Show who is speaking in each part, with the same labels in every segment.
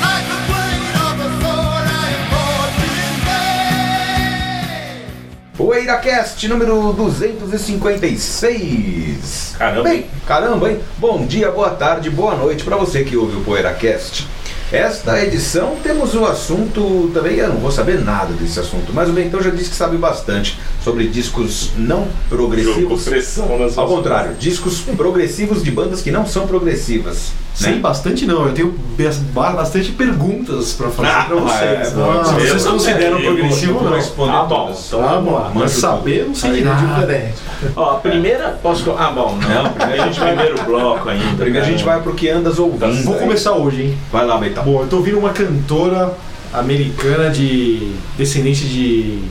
Speaker 1: Like the blade of a sword I am forged in vain.
Speaker 2: PoeiraCast número 256.
Speaker 3: Caramba,
Speaker 2: Bem,
Speaker 3: hein?
Speaker 2: caramba, hein? Bom dia, boa tarde, boa noite para você que ouve o PoeiraCast. Esta edição temos o assunto também, eu não vou saber nada desse assunto, mas o Bentão já disse que sabe bastante sobre discos não
Speaker 3: Jogo
Speaker 2: progressivos.
Speaker 3: pressão nas
Speaker 2: Ao
Speaker 3: suas-
Speaker 2: contrário, discos progressivos de bandas que não são progressivas.
Speaker 4: Sim,
Speaker 2: né?
Speaker 4: bastante não. Eu tenho bas- bastante perguntas pra fazer
Speaker 3: Ah,
Speaker 4: pra vocês.
Speaker 3: é,
Speaker 4: né?
Speaker 3: bom,
Speaker 4: vocês
Speaker 3: beleza.
Speaker 4: consideram
Speaker 3: Eu
Speaker 4: progressivo
Speaker 2: vou
Speaker 4: ou não?
Speaker 2: responder
Speaker 3: Ah, bom.
Speaker 2: todas.
Speaker 3: Então,
Speaker 4: Tá bom,
Speaker 2: Mando
Speaker 4: mas saber eu não sei de
Speaker 5: Aí é
Speaker 4: nada.
Speaker 5: diferente.
Speaker 3: Ó, a primeira. Posso. co- Ah, bom, não. Primeiro a gente vai primeiro bloco ainda.
Speaker 2: Primeiro a gente vai pro que andas ouvindo. né?
Speaker 4: Vou tá começar hoje, hein?
Speaker 2: Vai lá, Bentão.
Speaker 4: Tá Bom, eu tô ouvindo uma cantora americana de descendente de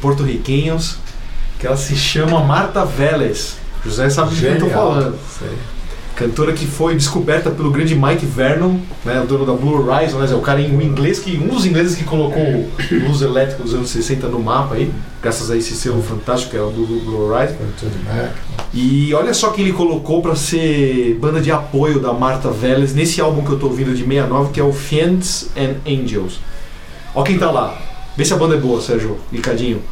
Speaker 4: porto-riquenhos, que ela se chama Marta Vélez. José sabe de quem eu tô
Speaker 5: Genial.
Speaker 4: falando.
Speaker 5: Sei.
Speaker 4: Cantora que foi descoberta pelo grande Mike Vernon, né, o dono da Blue Horizon, né, é o cara em o inglês que um dos ingleses que colocou o luz elétrica dos anos 60 no mapa aí, graças a esse selo fantástico que é o do Blue Horizon.
Speaker 5: Tudo bem.
Speaker 4: E olha só quem ele colocou pra ser banda de apoio da Marta Vélez nesse álbum que eu tô ouvindo de 69, que é o Fiends and Angels. Ó quem tá lá. Vê se a banda é boa, Sérgio, Ricardinho.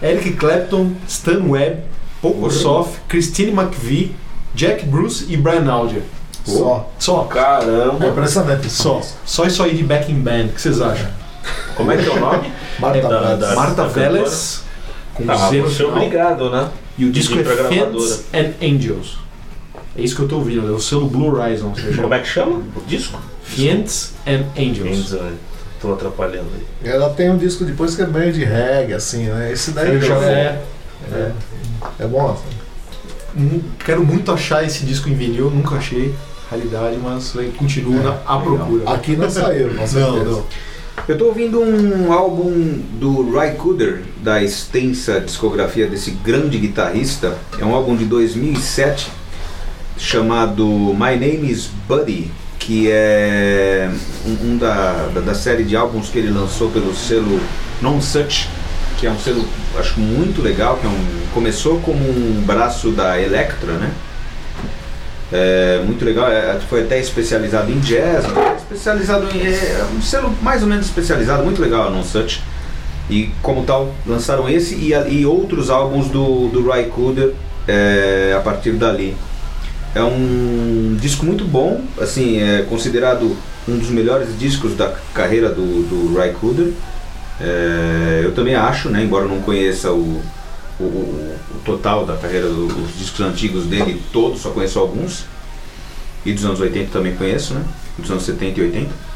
Speaker 4: Eric Clapton, Stan Webb, Pocosoff, Christine McVie, Jack Bruce e Brian Alger.
Speaker 5: Só.
Speaker 4: Só,
Speaker 5: É
Speaker 3: Caramba.
Speaker 5: impressionante.
Speaker 4: só. Só isso aí de backing band, o que vocês acham?
Speaker 3: Como é que é o nome?
Speaker 5: Bata
Speaker 4: É da-
Speaker 5: pra-
Speaker 3: da-
Speaker 4: Marta
Speaker 3: cantora?
Speaker 4: Vélez, com
Speaker 3: Tá,
Speaker 4: Z no
Speaker 3: você é
Speaker 4: final.
Speaker 3: obrigado, né?
Speaker 4: E o disco é
Speaker 3: Pedir pra
Speaker 4: Fans and Angels. É isso que eu tô ouvindo, é o selo Blue Horizon. ou seja,
Speaker 3: Como é que chama? O disco?
Speaker 4: Fiends and Angels.
Speaker 3: Enzo, Tô atrapalhando aí.
Speaker 5: Ela tem um disco depois que é meio de reggae, assim, né? Esse daí
Speaker 4: Eu já é,
Speaker 5: é bom. assim.
Speaker 4: mu- quero muito achar esse disco em vinil, nunca achei. Realidade, mas eu continuo na, à procura.
Speaker 5: Aqui não saiu, com certeza.
Speaker 2: Eu tô ouvindo um álbum do Ry Cooder, da extensa discografia desse grande guitarrista. É um álbum de 2007 chamado My Name is Buddy, que é um, um da, da, da série de álbuns que ele lançou pelo selo Non Such, que é um selo, acho muito legal, que é um, começou como um braço da Electra, né? É, muito legal, é, foi até especializado em jazz, né? especializado em. É, um selo mais ou menos especializado, muito legal a Non Such. E como tal, lançaram esse e, a- e outros álbuns do, do Ry Cooder é, a partir dali. É um disco muito bom, assim, é considerado um dos melhores discos da carreira do, do Ry Cooder. É, eu também acho, né, embora eu não conheça o, o, o- o total da carreira, do- os discos antigos dele todos, só conheço alguns. E dos anos 80 também conheço, né? Dos anos 70 e 80.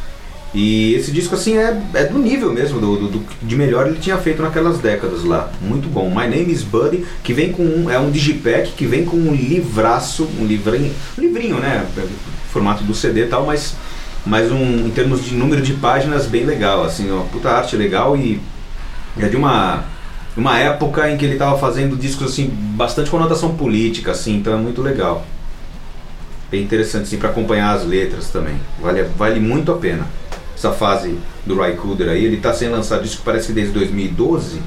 Speaker 2: E esse disco, assim, é, é do nível mesmo, do, do- do- de melhor ele tinha feito naquelas décadas lá. Muito bom. My Name is Buddy, que vem com um, é um digipack que vem com um livraço, um livrinho, um livrinho, né? Formato do CD e tal, mas, mas um, em termos de número de páginas, bem legal, assim, uma puta arte legal e é de uma uma época em que ele estava fazendo discos assim bastante conotação política assim então é muito legal bem interessante assim para acompanhar as letras também vale vale muito a pena essa fase do Ry Cooder aí ele tá sem lançar disco parece que desde 2012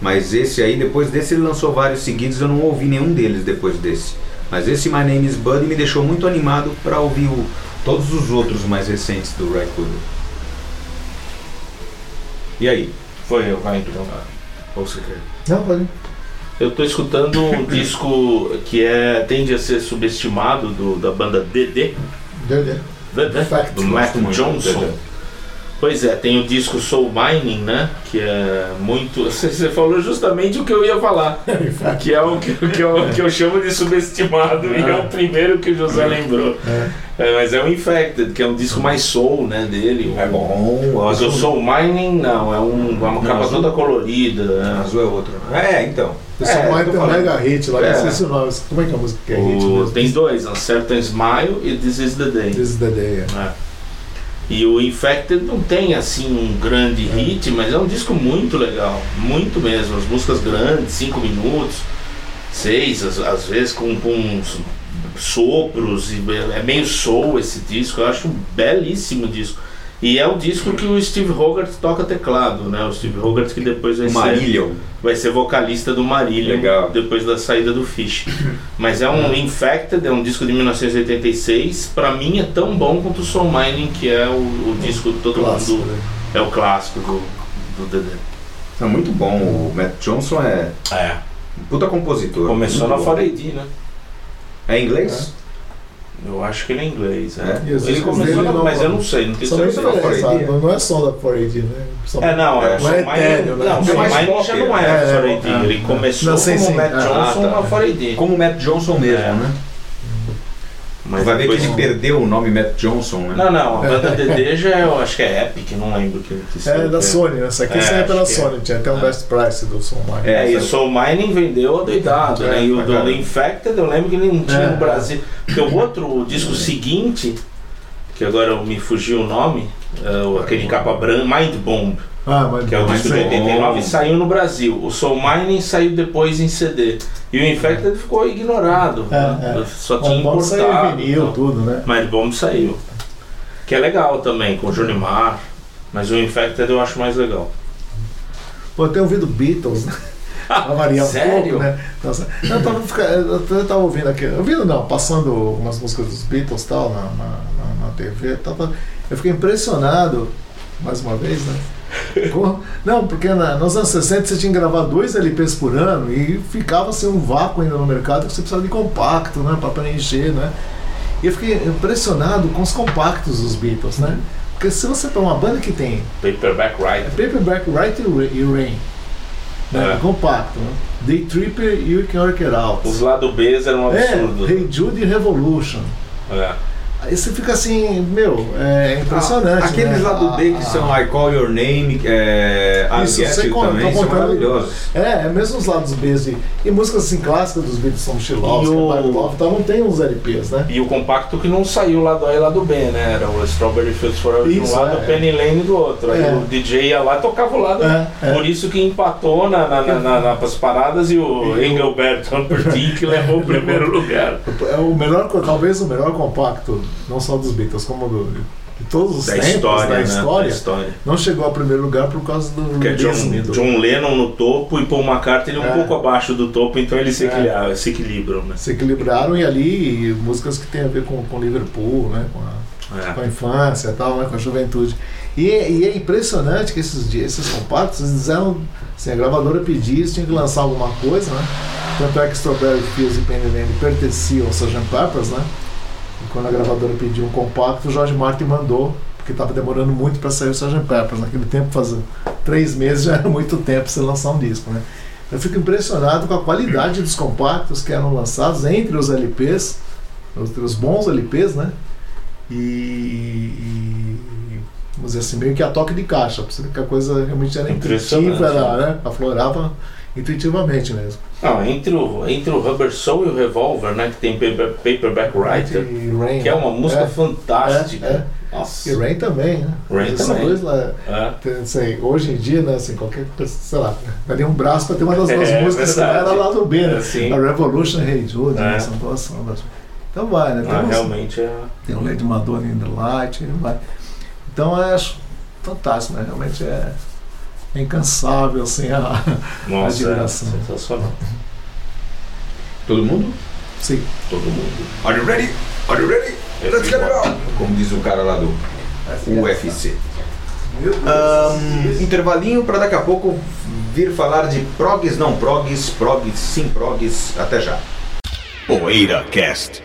Speaker 2: mas esse aí depois desse ele lançou vários seguidos eu não ouvi nenhum deles depois desse mas esse My Name Is Buddy me deixou muito animado para ouvir o- todos os outros mais recentes do Ry Cooder e aí
Speaker 3: Foi eu, vai então. Ou você quer?
Speaker 5: Não, pode.
Speaker 3: Eu tô escutando um disco que é, tende a ser subestimado do, da banda DD.
Speaker 5: Deu, deu.
Speaker 3: Dedé,
Speaker 5: Fact.
Speaker 3: Né? do Mac
Speaker 2: Gosto muito do
Speaker 3: Johnson.
Speaker 2: Dedé.
Speaker 3: Pois é, tem o disco Soul Mining, né? Que é muito. Você você falou justamente o que eu ia falar. que é o que, que, eu, que eu chamo de subestimado e é o primeiro que o José lembrou. É, mas é o Infected, que é um disco mais soul, né? Dele.
Speaker 2: é bom
Speaker 3: Mas o
Speaker 2: azul,
Speaker 3: Soul Mining não, é, um, é uma capa
Speaker 2: azul-
Speaker 3: toda colorida. né?
Speaker 2: azul é outro é então
Speaker 5: O São
Speaker 2: eu tô
Speaker 5: Maio tem um
Speaker 2: falando.
Speaker 5: mega hit lá,
Speaker 3: É.
Speaker 5: não sei se o nome. Como é que é a música que é hit
Speaker 3: O-
Speaker 5: mesmo?
Speaker 3: tem dois, Uncertain Smile e This Is the Day.
Speaker 5: This is the day. é.
Speaker 3: É.
Speaker 6: E o Infected não tem assim um grande hit, mas é um disco muito legal, muito mesmo. As músicas grandes, 5 minutos, 6, às, às vezes com, com uns sopros, e é meio soul esse disco, eu acho um belíssimo disco. E é o disco que o Steve Hogarth toca teclado, né? O Steve Hogarth que depois vai
Speaker 4: O
Speaker 6: ser
Speaker 4: Marillion.
Speaker 6: vai ser vocalista do Marillion
Speaker 4: Legal. Uhum.
Speaker 6: depois da saída do Fish. Mas é um Infected, é um disco de 1986. Pra mim é tão bom quanto o Soul Mining, que é o, o disco que todo
Speaker 5: Clássico,
Speaker 6: mundo.
Speaker 5: né?
Speaker 6: É o clássico do, do Dedé.
Speaker 4: É muito bom. O Matt Johnson é
Speaker 6: É.
Speaker 4: um puta compositor.
Speaker 6: Começou
Speaker 4: Muito
Speaker 6: na
Speaker 4: bom.
Speaker 6: 4AD, né?
Speaker 4: É em inglês?
Speaker 6: Eu acho que ele é inglês,
Speaker 4: É.
Speaker 6: é.
Speaker 5: E os
Speaker 6: Ele
Speaker 5: discos
Speaker 6: começou
Speaker 5: dele
Speaker 6: na,
Speaker 5: não- é.
Speaker 6: mas eu não sei, não tenho
Speaker 5: São muito
Speaker 6: certeza.
Speaker 4: da 4AD.
Speaker 5: legais, sabe? Não é só da 4AD, né? São-
Speaker 6: É, não, é.
Speaker 4: É,
Speaker 6: o Soul
Speaker 5: não é
Speaker 6: Mining-
Speaker 5: etéreo, né?
Speaker 6: Não, o
Speaker 4: É
Speaker 6: Soul
Speaker 4: mais
Speaker 6: Mining
Speaker 4: pop,
Speaker 6: já não é,
Speaker 5: é,
Speaker 6: 4AD.
Speaker 5: é.
Speaker 6: Ele começou
Speaker 5: Não, sim,
Speaker 6: como
Speaker 5: sim.
Speaker 6: Matt
Speaker 5: Ah,
Speaker 6: Johnson
Speaker 4: tá.
Speaker 6: na 4AD.
Speaker 4: Como o Matt Johnson mesmo,
Speaker 6: É.
Speaker 4: né?
Speaker 6: Mas
Speaker 4: Vai ver que
Speaker 6: depois-
Speaker 4: ele perdeu o nome Matt Johnson, né?
Speaker 6: Não, não, a banda DD já é, eu acho que é Epic, não lembro que que
Speaker 5: É
Speaker 6: selo
Speaker 5: da
Speaker 6: que
Speaker 5: Sony, né? Essa aqui
Speaker 6: É,
Speaker 5: saiu pela
Speaker 6: acho que é.
Speaker 5: Sony, tinha até um
Speaker 6: É.
Speaker 5: best price do Soul Mine.
Speaker 4: É,
Speaker 6: É, e o
Speaker 4: essa-
Speaker 6: Soul Mining vendeu a doidado, né? E o
Speaker 4: pra
Speaker 6: do
Speaker 4: caramba.
Speaker 6: Infected eu lembro que ele não tinha
Speaker 5: É.
Speaker 6: no Brasil. Porque o outro disco seguinte, que agora me fugiu o nome, é o- aquele capa branca, Mind Bomb,
Speaker 5: Ah, mas
Speaker 6: que é o
Speaker 4: Mind
Speaker 6: disco de
Speaker 4: Bomb.
Speaker 6: 89, saiu no Brasil. O Soul Mining saiu depois em CD. E o Infected ficou ignorado.
Speaker 5: É,
Speaker 6: né?
Speaker 5: é.
Speaker 6: Só tinha
Speaker 5: Bom, bom saiu
Speaker 6: importado.
Speaker 5: vinil,
Speaker 6: então.
Speaker 5: tudo, né?
Speaker 6: Mind Bomb saiu. Que é legal também, com o Johnny Marr. Mas o Infected eu acho mais legal.
Speaker 5: Pô, eu tenho ouvido Beatles, né? Pra variar um
Speaker 6: sério?
Speaker 5: pouco, né? Nossa, eu, tava, fica- eu t- eu tava ouvindo aqui, ouvindo não, passando umas músicas dos Beatles e tal na, na, na, na TV, tava, eu fiquei impressionado, mais uma vez, né? Com- não, porque na- nos anos 60 você tinha que gravar dois LPs por ano e ficava assim um vácuo ainda no mercado que você precisava de compacto, né? Pra preencher, né? E eu fiquei impressionado com os compactos dos Beatles, né? Porque se você para uma banda que tem
Speaker 6: Paperback Ride.
Speaker 5: É Paperback Right e Ra- e Rain. Né?
Speaker 6: É.
Speaker 5: Compacto, né? Day Tripper e You Can Work It Out.
Speaker 6: Os lado Bs eram um
Speaker 5: É,
Speaker 6: absurdo.
Speaker 5: Hey Jude e Revolution.
Speaker 6: É.
Speaker 5: Aí você fica assim, meu, é impressionante.
Speaker 4: Ah, Aqueles
Speaker 5: né?
Speaker 4: lá do B
Speaker 5: Ah,
Speaker 4: que são I Call Your Name, é, I
Speaker 5: Isso,
Speaker 4: Get
Speaker 5: sei
Speaker 4: You
Speaker 5: como,
Speaker 4: também,
Speaker 5: tô
Speaker 4: são
Speaker 5: contando.
Speaker 4: maravilhosos.
Speaker 5: É, é mesmo os lados B de, e músicas assim clássicas dos Beatles são é Chilovsky,
Speaker 6: E o-
Speaker 5: Bartolov, tal, não tem uns LPs, né?
Speaker 6: E o compacto que não saiu lado A e lado B, né? Era o Strawberry Fields Forever de um
Speaker 5: Isso,
Speaker 6: lado,
Speaker 5: é.
Speaker 6: o Penny Lane do outro. Aí
Speaker 5: É.
Speaker 6: o DJ ia lá e tocava o lado.
Speaker 5: É, é.
Speaker 6: Por isso que empatou na, na, na, na, nas paradas e o
Speaker 5: E o-
Speaker 6: Engelbert Humperdinck que levou o primeiro lugar.
Speaker 5: É o melhor, co- talvez o melhor compacto, não só dos Beatles, como do, de todos os
Speaker 6: Da
Speaker 5: tempos,
Speaker 6: história,
Speaker 5: da
Speaker 6: né?
Speaker 5: história,
Speaker 6: Da história.
Speaker 5: não chegou ao primeiro lugar por causa do
Speaker 6: Que é
Speaker 5: desse
Speaker 6: John,
Speaker 5: ídolo.
Speaker 6: John Lennon no topo e Paul McCartney um
Speaker 5: É.
Speaker 6: pouco abaixo do topo, então eles se,
Speaker 5: É.
Speaker 6: equilibram, se equilibram, né?
Speaker 5: se equilibraram e ali e músicas que tem a ver com, com Liverpool, né? Com a, com
Speaker 6: É.
Speaker 5: a infância e tal, né? Com a juventude. E, e é impressionante que esses, di- esses compactos, eles eram, assim, a gravadora pedia, eles tinham que lançar alguma coisa, né? Tanto é que Strawberry Fields e Penny Lane pertenciam ao Sgt. Peppers, né? E quando a gravadora pediu um compacto, o George Martin mandou, porque estava demorando muito para sair o Sgt. Peppers. Naquele tempo, fazer três meses já era muito tempo para você lançar um disco, né? Eu fico impressionado com a qualidade dos compactos que eram lançados entre os LPs, entre os bons LPs, né? E, e- vamos dizer assim, meio que a toque de caixa, porque você vê que a coisa realmente era intuitiva,
Speaker 6: Impressionante,
Speaker 5: era, né? aflorava intuitivamente mesmo.
Speaker 6: Não, entre o, entre o Rubber Soul e o Revolver, né? Que tem Paper- Paperback Writer.
Speaker 5: E Rain,
Speaker 6: Que é uma música
Speaker 5: É,
Speaker 6: fantástica.
Speaker 5: é,
Speaker 6: Nossa.
Speaker 5: E Rain também, né?
Speaker 6: Rain
Speaker 5: Essa
Speaker 6: também.
Speaker 5: coisa, né,
Speaker 6: É.
Speaker 5: tem- sei, hoje em dia, né, assim, qualquer coisa, sei lá, daria um braço pra ter uma das duas
Speaker 6: É,
Speaker 5: músicas que não
Speaker 6: verdade.
Speaker 5: era lá do B, né?
Speaker 6: É, sim.
Speaker 5: A Revolution Hey Jude,
Speaker 6: É.
Speaker 5: né, são duas sombras. Então vai, né? Tem,
Speaker 6: Ah,
Speaker 5: uns-
Speaker 6: realmente é.
Speaker 5: tem o Lady Madonna in the Light, vai. Então eu acho fantástico, né? Realmente é, é incansável, assim, a...
Speaker 6: Nossa, é
Speaker 5: Admiração.
Speaker 6: sensacional.
Speaker 4: Todo mundo?
Speaker 5: Sim.
Speaker 4: Todo mundo. Are you ready? Are you ready? Let's get it on! Como diz o cara lá do UFC. Ahn, intervalinho para daqui a pouco vir falar de progs, não progs, progs, sim progs. Até já.
Speaker 2: Poeira Cast.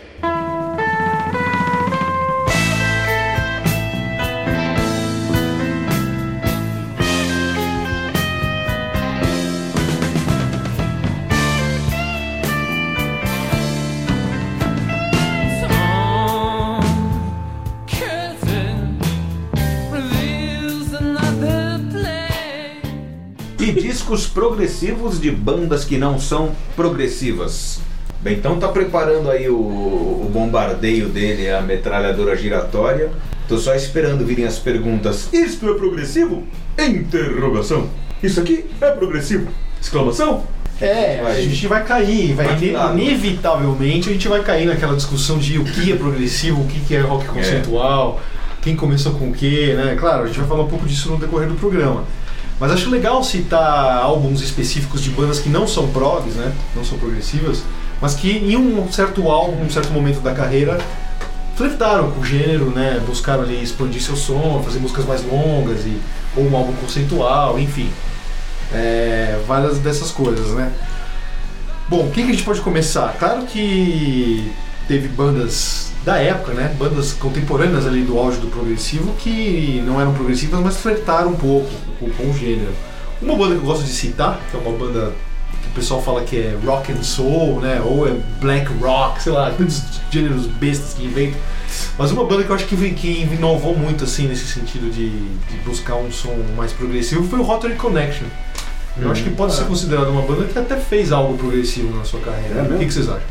Speaker 2: discos progressivos de bandas que não são progressivas. Bem, então tá preparando aí o, o bombardeio dele, a metralhadora giratória. Tô só esperando virem as perguntas. Isto é progressivo? Interrogação. Isso aqui é progressivo? Exclamação?
Speaker 4: É, a
Speaker 2: Vai.
Speaker 4: gente vai cair, vai
Speaker 2: Vai
Speaker 4: ter-
Speaker 2: lá, né?
Speaker 4: inevitavelmente a gente vai cair naquela discussão de o que é progressivo, o que que é rock conceitual, quem começou com o que, né? Claro, a gente vai falar um pouco disso no decorrer do programa. Mas acho legal citar álbuns específicos de bandas que não são progs, né? Não são progressivas, mas que em um certo álbum, um certo momento da carreira, flertaram com o gênero, né? Buscaram ali expandir seu som, fazer músicas mais longas e ou um álbum conceitual, enfim. É, várias dessas coisas, né? Bom, o que, que a gente pode começar? Claro que teve bandas da época, né? Bandas contemporâneas ali do auge do progressivo que não eram progressivas, mas flertaram um pouco com, com o gênero. Uma banda que eu gosto de citar, que é uma banda que o pessoal fala que é rock and soul, né? Ou é black rock, sei lá, tantos gêneros bestas que inventam. Mas uma banda que eu acho que, vi- que inovou muito, assim, nesse sentido de, de buscar um som mais progressivo foi o Rotary Connection. Eu acho que pode ser considerada uma banda que até fez algo progressivo na sua carreira.
Speaker 5: É mesmo?
Speaker 4: o que, que vocês acham?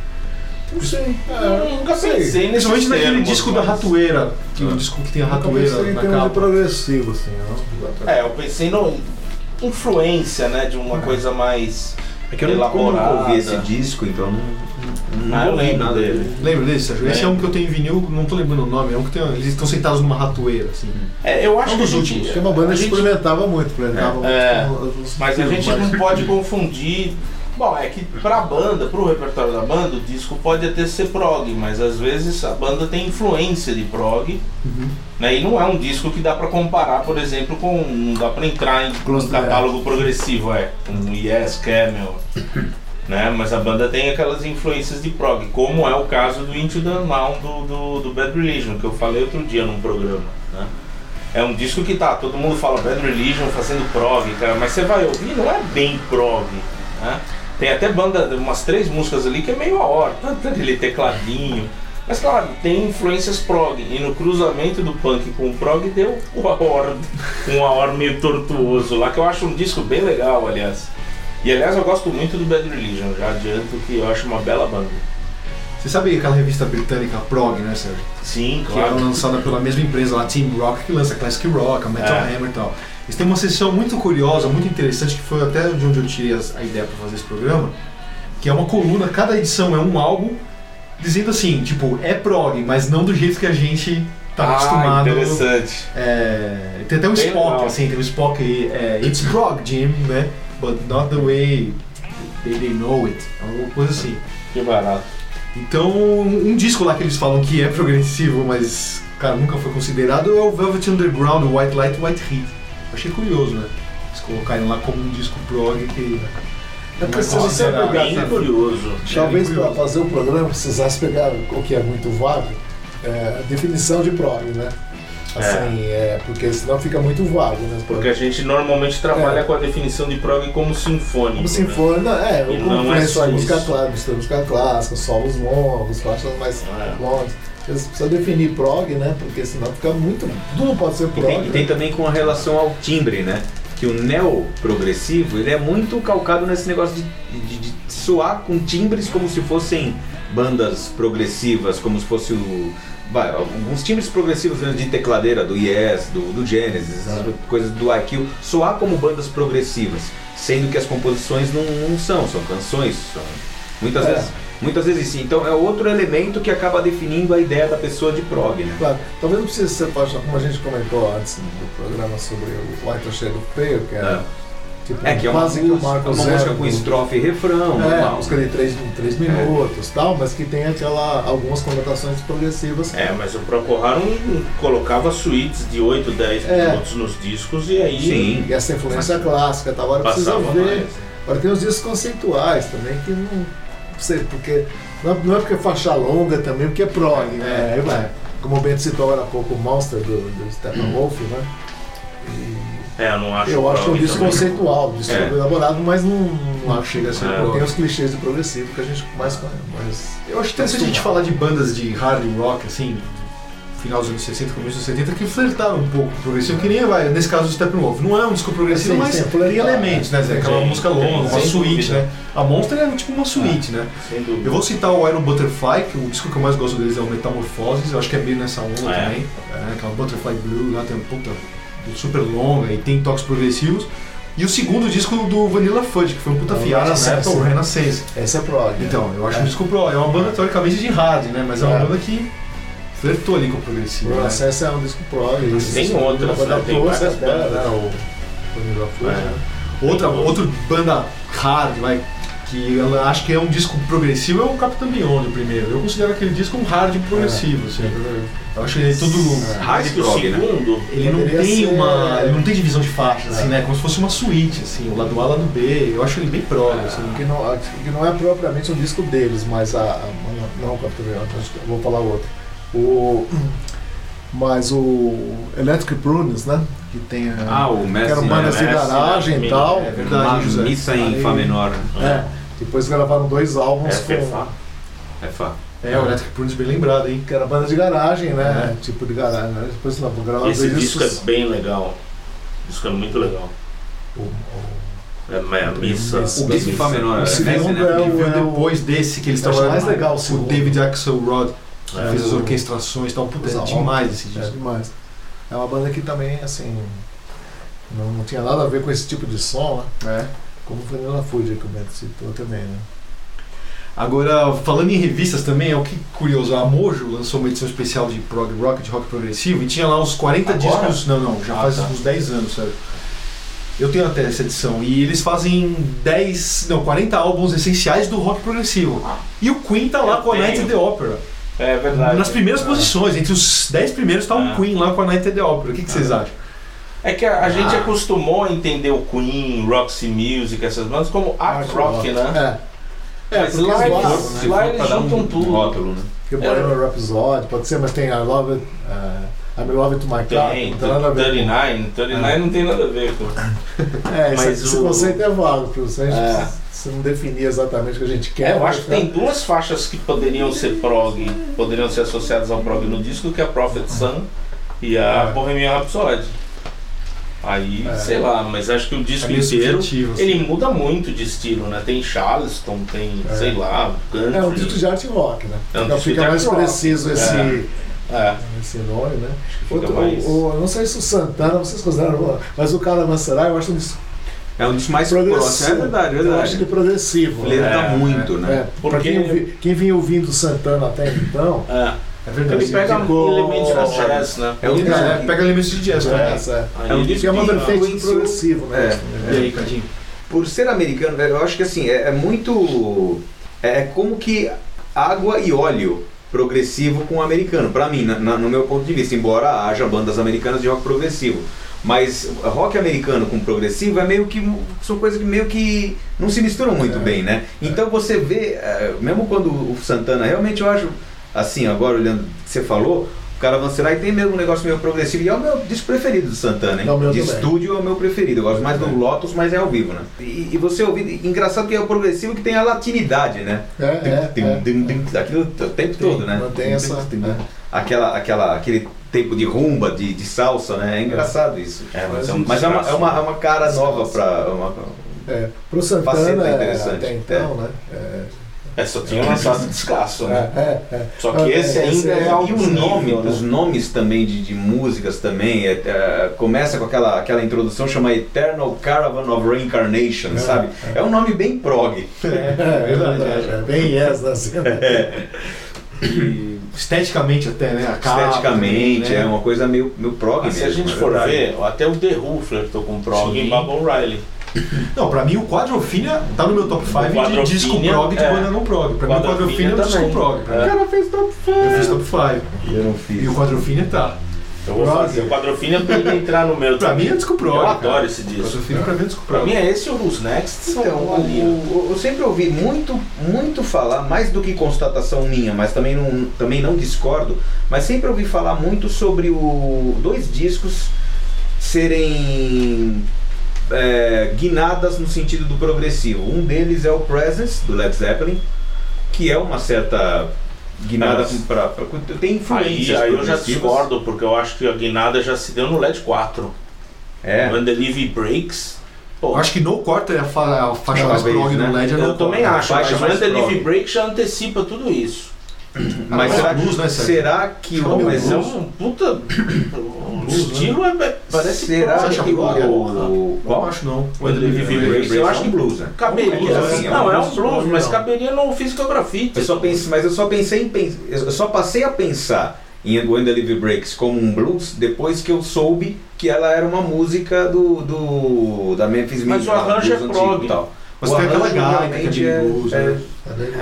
Speaker 5: Não sei. É, eu nunca pensei.
Speaker 3: Pensei
Speaker 4: Principalmente
Speaker 3: nesses
Speaker 4: naquele
Speaker 3: termos,
Speaker 4: disco
Speaker 3: mas-
Speaker 4: da ratoeira, que o disco que tem a
Speaker 5: Nunca
Speaker 4: ratoeira
Speaker 5: pensei em
Speaker 4: na
Speaker 5: termos de
Speaker 4: capa.
Speaker 5: progressivo, assim. não.
Speaker 6: É, eu pensei no influência, né, de uma coisa mais
Speaker 2: É que eu não, como eu nunca ouvi esse
Speaker 6: Elaborada.
Speaker 2: disco, então não, não, não
Speaker 6: Ah, eu
Speaker 2: ouvi
Speaker 6: lembro
Speaker 2: nada
Speaker 6: dele.
Speaker 4: Lembra desse, Sérgio? Esse é
Speaker 6: Lembro.
Speaker 4: um que eu tenho em vinil, não tô lembrando o nome, é um que tem, eles estão sentados numa ratoeira, assim.
Speaker 6: É, eu acho
Speaker 4: Um
Speaker 6: que a
Speaker 4: dos
Speaker 6: gente,
Speaker 4: últimos,
Speaker 5: Porque uma banda
Speaker 6: a
Speaker 5: que
Speaker 6: gente-
Speaker 5: experimentava muito, experimentava
Speaker 6: É,
Speaker 5: muito. com os- os
Speaker 6: Mas a gente
Speaker 5: filmes,
Speaker 6: não pode confundir. Bom, é que pra banda, pro repertório da banda, o disco pode até ser prog, mas às vezes a banda tem influência de prog. Né? E não é um disco que dá pra comparar, por exemplo, com. Não dá pra entrar em um
Speaker 5: Ghost
Speaker 6: catálogo progressivo, é. Um Yes, Camel. né? Mas a banda tem aquelas influências de prog, como é o caso do Into the Now do, do, do Bad Religion, que eu falei outro dia num programa. Né? É um disco que tá, todo mundo fala Bad Religion fazendo prog, cara, mas você vai ouvir, não é bem prog, né? Tem até banda, umas três músicas ali que é meio a hora, tanto aquele tecladinho. Mas claro, tem influências prog, e no cruzamento do punk com o prog deu o Aor, um Aor meio tortuoso lá, que eu acho um disco bem legal, aliás. E aliás, eu gosto muito do Bad Religion, já adianto que eu acho uma bela banda.
Speaker 4: Você sabe aquela revista britânica a Prog, né, Sérgio?
Speaker 6: Sim,
Speaker 4: Que era
Speaker 6: claro.
Speaker 4: lançada pela mesma empresa lá, Team Rock, que lança Classic Rock, a Metal
Speaker 6: É.
Speaker 4: Hammer e tal. Eles têm uma sessão muito curiosa, muito interessante, que foi até de onde eu tirei as- a ideia pra fazer esse programa, que é uma coluna, cada edição é um álbum, dizendo assim, tipo, é prog, mas não do jeito que a gente tá
Speaker 6: ah,
Speaker 4: acostumado.
Speaker 6: interessante.
Speaker 4: É, tem até um
Speaker 6: Bem
Speaker 4: Spock,
Speaker 6: legal.
Speaker 4: assim, tem um Spock aí, é, It's prog, Jim, né? But not the way they, they know it. Alguma coisa assim.
Speaker 6: Que barato.
Speaker 4: Então, um disco lá que eles falam que é progressivo, mas, cara, nunca foi considerado, é o Velvet Underground, White Light, White Heat. Achei curioso, né? Eles colocarem lá como um disco prog que... um
Speaker 5: É porque se
Speaker 4: Nossa,
Speaker 5: você
Speaker 4: era
Speaker 5: pegar
Speaker 4: bem
Speaker 5: essa-
Speaker 6: curioso.
Speaker 5: Talvez para fazer o programa precisasse pegar o que é muito vago, é, a definição de prog, né? Assim, é. porque senão fica muito vago, né?
Speaker 3: Porque a gente normalmente trabalha com a definição de prog como sinfônico.
Speaker 5: É. Como
Speaker 3: né?
Speaker 5: se for, não, é,
Speaker 3: E
Speaker 5: eu
Speaker 3: não é
Speaker 5: conheço
Speaker 3: só
Speaker 5: a música
Speaker 3: isso.
Speaker 5: clássica, mistura música clássica, solos longos, faixas é mais
Speaker 2: É.
Speaker 5: longas. Eles precisam definir prog, né? Porque senão fica muito. Tudo pode ser
Speaker 2: E
Speaker 5: prog.
Speaker 2: tem, e tem
Speaker 5: né?
Speaker 2: também com a relação ao timbre, né? Que o neoprogressivo, ele é muito calcado nesse negócio de, de- de soar com timbres como se fossem bandas progressivas, como se fosse o... Vai, alguns timbres progressivos mesmo de tecladeira, do Yes, do, do Genesis, essas coisas do Aquil, soar como bandas progressivas, sendo que as composições não, não são, são canções, são... Muitas
Speaker 5: É.
Speaker 2: vezes... Muitas vezes sim. Então é outro elemento que acaba definindo a ideia da pessoa de prog, né?
Speaker 5: Claro, talvez não precise ser paixão, como a gente comentou antes do programa sobre o White Shade of Pale, que era tipo,
Speaker 2: É, que é uma,
Speaker 5: quase
Speaker 2: música-
Speaker 5: o Marco
Speaker 2: uma
Speaker 5: Zero
Speaker 2: música com
Speaker 5: do-
Speaker 2: estrofe e refrão.
Speaker 5: É,
Speaker 2: normal.
Speaker 5: música de 3 três, três
Speaker 3: É.
Speaker 5: minutos e tal, mas que tem aquela, algumas conotações progressivas.
Speaker 3: É, mas o Procoharum colocava suítes de 8, 10
Speaker 5: É.
Speaker 3: minutos nos discos e aí
Speaker 2: Sim.
Speaker 5: E essa influência clássica, e tal. agora precisa
Speaker 3: passava
Speaker 5: ver.
Speaker 6: né?
Speaker 3: mais.
Speaker 5: Agora tem os discos conceituais também, que não, não sei, porque. Não é, não é porque é faixa longa também, porque é prog, né? Aí vai. Como o Bento citou agora há pouco, o Monster do, do Steppenwolf, né?
Speaker 3: É, eu não acho
Speaker 5: Eu acho que é um
Speaker 3: prog
Speaker 5: disco
Speaker 3: também.
Speaker 5: conceitual, um disco
Speaker 3: É.
Speaker 5: elaborado, mas não, não
Speaker 4: chega a ser
Speaker 5: não
Speaker 4: prog.
Speaker 5: tem os clichês do progressivo que a gente mais conhece.
Speaker 4: Eu acho interessante a gente falar de bandas de hard rock, assim, final dos anos 60, começo dos 70, que flertaram um pouco com o progressivo, que nem vai, nesse caso do Steppenwolf. Não é um disco progressivo,
Speaker 5: Sim,
Speaker 4: mas
Speaker 5: sim,
Speaker 4: tem
Speaker 5: flertar,
Speaker 4: elementos, né, Zé? Aquela
Speaker 6: Sim,
Speaker 4: música longa,
Speaker 6: tem,
Speaker 4: uma
Speaker 6: sem
Speaker 4: suíte,
Speaker 6: dúvida.
Speaker 4: né? A Monster é tipo uma suíte, né?
Speaker 6: Sem dúvida.
Speaker 4: Eu vou citar o Iron Butterfly, que o disco que eu mais gosto deles é o Metamorphoses, eu acho que é meio nessa onda
Speaker 6: É.
Speaker 4: também. né? Aquela Butterfly Blue lá tem uma puta super longa e tem toques progressivos. E o segundo disco do Vanilla Fudge, que foi um puta
Speaker 5: É o
Speaker 4: fiasco, né?
Speaker 5: Renaissance.
Speaker 4: O Renaissance.
Speaker 5: Essa é prog.
Speaker 4: Então, eu acho
Speaker 5: É.
Speaker 4: um disco pro. É uma banda teoricamente de hard, né? Mas é uma
Speaker 5: É.
Speaker 4: banda que flertou ali com o progressivo.
Speaker 5: O
Speaker 4: né?
Speaker 5: acesso é um disco prog.
Speaker 6: Tem
Speaker 5: isso,
Speaker 6: outras,
Speaker 5: banda
Speaker 6: né? Tem
Speaker 5: toda,
Speaker 6: várias
Speaker 5: né?
Speaker 6: bandas.
Speaker 5: Né? O Vanilla Fudge,
Speaker 6: É.
Speaker 5: né?
Speaker 4: Outra, outro banda hard, vai, que ela acho que é um disco progressivo, é o Capitão Beyond, o primeiro. Eu considero aquele disco um hard
Speaker 5: É,
Speaker 4: progressivo, assim. Eu acho ele tudo.
Speaker 2: Hard
Speaker 6: Esse
Speaker 2: prog, né?
Speaker 6: segundo,
Speaker 4: Ele não
Speaker 5: Poderia
Speaker 4: tem
Speaker 5: ser-
Speaker 4: uma. Ele não tem divisão de faixas, assim,
Speaker 5: É.
Speaker 4: né? Como se fosse uma suíte, assim, o lado A, lado B. Eu acho ele bem prog, assim.
Speaker 5: Que não, que não é propriamente um disco deles, mas a. a- não, Capitão Beyond, acho que eu vou falar outro. O. Mas o Electric Prunes, né? Que tem.
Speaker 2: Ah, o
Speaker 5: que
Speaker 2: Messi.
Speaker 5: eram
Speaker 2: né?
Speaker 5: bandas de
Speaker 6: Messi,
Speaker 5: garagem
Speaker 6: né?
Speaker 5: e tal.
Speaker 4: É
Speaker 2: Uma
Speaker 4: verdade,
Speaker 5: né?
Speaker 4: José.
Speaker 2: missa em Fá menor.
Speaker 5: É. Depois gravaram dois álbuns
Speaker 6: é
Speaker 5: com.
Speaker 6: Fefá.
Speaker 2: É Fá.
Speaker 4: É, o Electric Prunes bem lembrado, hein?
Speaker 5: Que era banda de garagem, né? Tipo de garagem. né? Depois lá, gravaram
Speaker 6: Esse
Speaker 5: dois
Speaker 6: disco
Speaker 5: discos.
Speaker 6: é bem legal. O disco é muito legal.
Speaker 5: O- o-
Speaker 6: É, é a missa.
Speaker 5: Missa.
Speaker 2: O Bis em Fá menor. é
Speaker 5: O
Speaker 2: Messi,
Speaker 5: segundo
Speaker 2: né?
Speaker 5: é
Speaker 4: Ele
Speaker 5: o.
Speaker 4: veio
Speaker 5: é o-
Speaker 4: depois desse que eles
Speaker 5: eu acho
Speaker 4: trabalharam.
Speaker 5: mais legal o
Speaker 4: o
Speaker 5: segundo.
Speaker 4: David Axelrod, que
Speaker 6: É,
Speaker 4: fez as
Speaker 5: o-
Speaker 4: orquestrações e tal. Puta, é
Speaker 5: Os
Speaker 4: demais esse
Speaker 5: É
Speaker 4: disco.
Speaker 5: demais. É uma banda que também, assim, não, não tinha nada a ver com esse tipo de som, né?
Speaker 4: É.
Speaker 5: Como foi Nela Fuji que o Beto citou também, né?
Speaker 4: Agora, falando em revistas também, é o que curioso, a Mojo lançou uma edição especial de prog rock, de rock progressivo, e tinha lá uns 40
Speaker 6: Agora?
Speaker 4: discos. Não, não, já
Speaker 6: Ah,
Speaker 4: faz
Speaker 6: tá.
Speaker 4: uns 10 anos, sério. Eu tenho até essa edição. E eles fazem 10, não, 40 álbuns essenciais do rock progressivo. E o Queen tá lá
Speaker 6: Ah. Eu
Speaker 4: com a Night
Speaker 6: tenho.
Speaker 4: at the Opera.
Speaker 6: É verdade.
Speaker 4: Nas primeiras
Speaker 6: É.
Speaker 4: posições, entre os 10 primeiros tá o
Speaker 6: É.
Speaker 4: Queen lá com a Night at the Opera. O que, que vocês acham?
Speaker 6: É que a, a gente
Speaker 4: Ah.
Speaker 6: acostumou a entender o Queen, Roxy Music, essas bandas como art rock, né?
Speaker 5: É. É,
Speaker 6: Mas é.
Speaker 5: porque
Speaker 6: lá
Speaker 5: eles
Speaker 6: eles-
Speaker 5: gostam, né?
Speaker 2: Se for
Speaker 6: Lá eles
Speaker 2: pra dar
Speaker 6: juntam
Speaker 2: um
Speaker 6: tudo.
Speaker 2: Rótulo, né?
Speaker 5: Porque o Bohemian Rhapsody, pode ser, mas tem I Love It, uh, I'm Love It To My Car,
Speaker 6: Tem,
Speaker 5: não tem nada a ver. É.
Speaker 6: 39, 39 não tem nada a ver com.
Speaker 5: com- É, esse,
Speaker 6: mas
Speaker 5: esse
Speaker 6: o-
Speaker 5: conceito é vago, pra você, a gente
Speaker 6: É.
Speaker 5: precisa- você não definir exatamente o que a gente quer.
Speaker 6: É, eu acho que
Speaker 5: né?
Speaker 6: tem duas faixas que poderiam ser prog, poderiam ser associadas ao prog no disco, que é a Prophet Sun e a
Speaker 5: É.
Speaker 6: Bohemian Rhapsody. Aí,
Speaker 5: É.
Speaker 6: sei lá, mas acho que o
Speaker 4: É
Speaker 6: disco
Speaker 4: meio
Speaker 6: inteiro
Speaker 4: subjetivo, assim.
Speaker 6: ele muda muito de estilo, né? Tem Charleston, tem,
Speaker 5: É.
Speaker 6: sei lá, country.
Speaker 5: É um disco de arte rock, né?
Speaker 6: É um
Speaker 5: Então
Speaker 6: disco de
Speaker 5: fica
Speaker 6: art
Speaker 5: mais
Speaker 6: rock. né?
Speaker 5: preciso esse,
Speaker 6: É.
Speaker 5: esse nome, né?
Speaker 6: fica
Speaker 5: Outro,
Speaker 6: mais-
Speaker 5: o, o- eu não sei se o Santana, vocês consideram, mas o cara Massarai, eu acho um disco
Speaker 2: É um dos mais
Speaker 5: Progressivo.
Speaker 2: próximos. É verdade,
Speaker 5: Eu acho ele
Speaker 2: verdade.
Speaker 5: progressivo. né?
Speaker 2: Flerta
Speaker 6: É,
Speaker 2: muito,
Speaker 5: É,
Speaker 2: né?
Speaker 5: pra quem, ouvi- quem vinha ouvindo Santana até então,
Speaker 6: É.
Speaker 4: É
Speaker 6: Ele
Speaker 4: verdade.
Speaker 6: pega
Speaker 5: ficou-
Speaker 6: elementos da jazz, né?
Speaker 2: É um
Speaker 4: Ele,
Speaker 2: disco-
Speaker 4: é, pega elementos de jazz, né?
Speaker 5: essa,
Speaker 6: Aí
Speaker 2: É um
Speaker 6: ele
Speaker 5: que é uma
Speaker 6: pinta-
Speaker 5: vertente do
Speaker 2: influenciou-
Speaker 5: progressivo, né?
Speaker 4: E aí, Cadinho?
Speaker 2: Por ser americano, velho, eu acho que assim, é, é muito. É, é como que água e óleo progressivo com o americano, pra mim, na- na- no meu ponto de vista, embora haja bandas americanas de rock progressivo. Mas rock americano com progressivo é meio que. são coisas que meio que não se misturam muito
Speaker 5: É.
Speaker 2: bem, né? Então você vê, é, mesmo quando o Santana, realmente eu acho, assim, agora olhando o que você falou, o cara Vancerai tem mesmo um negócio meio progressivo e é o meu disco preferido do Santana, hein?
Speaker 5: É o meu
Speaker 2: de
Speaker 5: também.
Speaker 2: estúdio é o meu preferido. Eu gosto mais do Lotus, mas é ao vivo, né? E, e você ouvir, engraçado que é o progressivo que tem a latinidade, né?
Speaker 5: É, é,
Speaker 2: Dim,
Speaker 5: é.
Speaker 2: dim, dim, dim, Aquilo o tempo todo, né?
Speaker 5: Mantém essa.
Speaker 2: Dim, dim, dim. Aquela, aquela, aquele tempo de rumba, de, de salsa, né? É engraçado isso.
Speaker 6: É, mas é um
Speaker 2: Mas é uma, é uma, é uma cara
Speaker 5: Desgraça.
Speaker 2: nova pra. uma-
Speaker 5: É, pro
Speaker 2: Faceta
Speaker 5: Santana é,
Speaker 2: interessante.
Speaker 5: até então, né? É,
Speaker 6: É, só tinha lançado descasso, né?
Speaker 5: é, é.
Speaker 6: Só que
Speaker 5: É,
Speaker 6: esse
Speaker 5: é,
Speaker 6: ainda
Speaker 5: esse
Speaker 6: é
Speaker 5: é-
Speaker 6: algo
Speaker 2: E o nome,
Speaker 6: nível, né?
Speaker 2: os nomes também de, de músicas também. é- é, começa com aquela, aquela introdução chama Eternal Caravan of Reincarnation, sabe? É um nome bem prog.
Speaker 5: É,
Speaker 4: verdade,
Speaker 5: É bem né? yes na cena.
Speaker 4: E esteticamente até, né? A capa
Speaker 2: Esteticamente,
Speaker 4: também, né?
Speaker 2: é uma coisa meio, meio prog
Speaker 6: Ah, Se a
Speaker 2: mesmo, é
Speaker 6: gente for
Speaker 2: verdade.
Speaker 6: ver, até o The Who flertou com prog
Speaker 4: Sim.
Speaker 6: em Bob O'Reilly.
Speaker 4: Não, pra mim o Quadrofinia tá no meu top 5 de
Speaker 6: Quadrofinia,
Speaker 4: disco prog de
Speaker 6: é.
Speaker 4: banda não prog. Pra mim o Quadrofinia
Speaker 6: Quadrofinia
Speaker 4: é um disco
Speaker 6: também.
Speaker 4: prog.
Speaker 6: É.
Speaker 4: cara fez top 5. Eu fiz top 5.
Speaker 2: Eu não
Speaker 4: E
Speaker 2: fiz.
Speaker 4: o Quadrofinia tá.
Speaker 6: Eu vou
Speaker 5: Prog.
Speaker 6: fazer o Quadrofinia pra ele entrar no meu.
Speaker 4: Pra mim é disco prog.
Speaker 6: Eu
Speaker 4: cara.
Speaker 6: adoro esse disco.
Speaker 4: Quadrofinia pra mim é disco
Speaker 6: Pra mim
Speaker 4: prog.
Speaker 6: é esse ou Who's Next.
Speaker 2: Então,
Speaker 6: São
Speaker 2: o-
Speaker 6: ali.
Speaker 2: o- eu sempre ouvi muito, muito falar, mais do que constatação minha, mas também não, também não discordo, mas sempre ouvi falar muito sobre o dois discos serem é, guinadas no sentido do progressivo. Um deles é o Presence, do Led Zeppelin, que é uma certa guinada
Speaker 6: Mas-
Speaker 2: pra, pra- Tem
Speaker 6: Aí,
Speaker 2: influências
Speaker 6: aí eu já
Speaker 2: progressivas.
Speaker 6: discordo, porque eu acho que a guinada já se deu no LED 4.
Speaker 2: É.
Speaker 6: When the Levy Breaks.
Speaker 4: Eu
Speaker 6: Pô,
Speaker 4: acho que no corta é a, fa- a faixa mais
Speaker 2: Talvez,
Speaker 4: prog
Speaker 2: né?
Speaker 4: no LED. é
Speaker 6: eu,
Speaker 4: no corta.
Speaker 6: também acho,
Speaker 2: Baixa
Speaker 6: mas
Speaker 2: mais
Speaker 6: When the
Speaker 2: prog.
Speaker 6: Levy Breaks já antecipa tudo isso.
Speaker 2: Mas
Speaker 4: Mas
Speaker 2: será,
Speaker 4: blues, né, Sérgio?
Speaker 2: será que
Speaker 4: Chama
Speaker 2: o.
Speaker 4: Blues.
Speaker 6: Mas é
Speaker 2: Mas
Speaker 6: um puta. O
Speaker 4: Blues,
Speaker 6: estilo é, é- parece
Speaker 2: né? será
Speaker 4: Você acha
Speaker 2: que o. o-
Speaker 4: prog? Eu não
Speaker 2: Qual?
Speaker 4: acho não. é O
Speaker 6: When the Levy Breaks. Eu acho que
Speaker 2: blues, né?
Speaker 6: caberia.
Speaker 2: É um blues,
Speaker 6: não, é um
Speaker 4: blues,
Speaker 6: blues, mas
Speaker 4: não.
Speaker 6: caberia no Physical Graffiti.
Speaker 2: Eu só pense, mas eu só pensei em pens- eu só passei a pensar em When the Live Breaks como um blues depois que eu soube que ela era uma música do, do da Memphis
Speaker 6: Mas
Speaker 2: Minnie,
Speaker 6: o
Speaker 2: lá,
Speaker 6: arranjo
Speaker 2: blues
Speaker 6: é
Speaker 2: antigo
Speaker 6: prog.
Speaker 2: e tal.
Speaker 4: Mas
Speaker 2: O
Speaker 4: tem aquela
Speaker 2: arranjo
Speaker 4: gaita que é
Speaker 2: realmente
Speaker 4: de blues,
Speaker 2: é,
Speaker 4: né?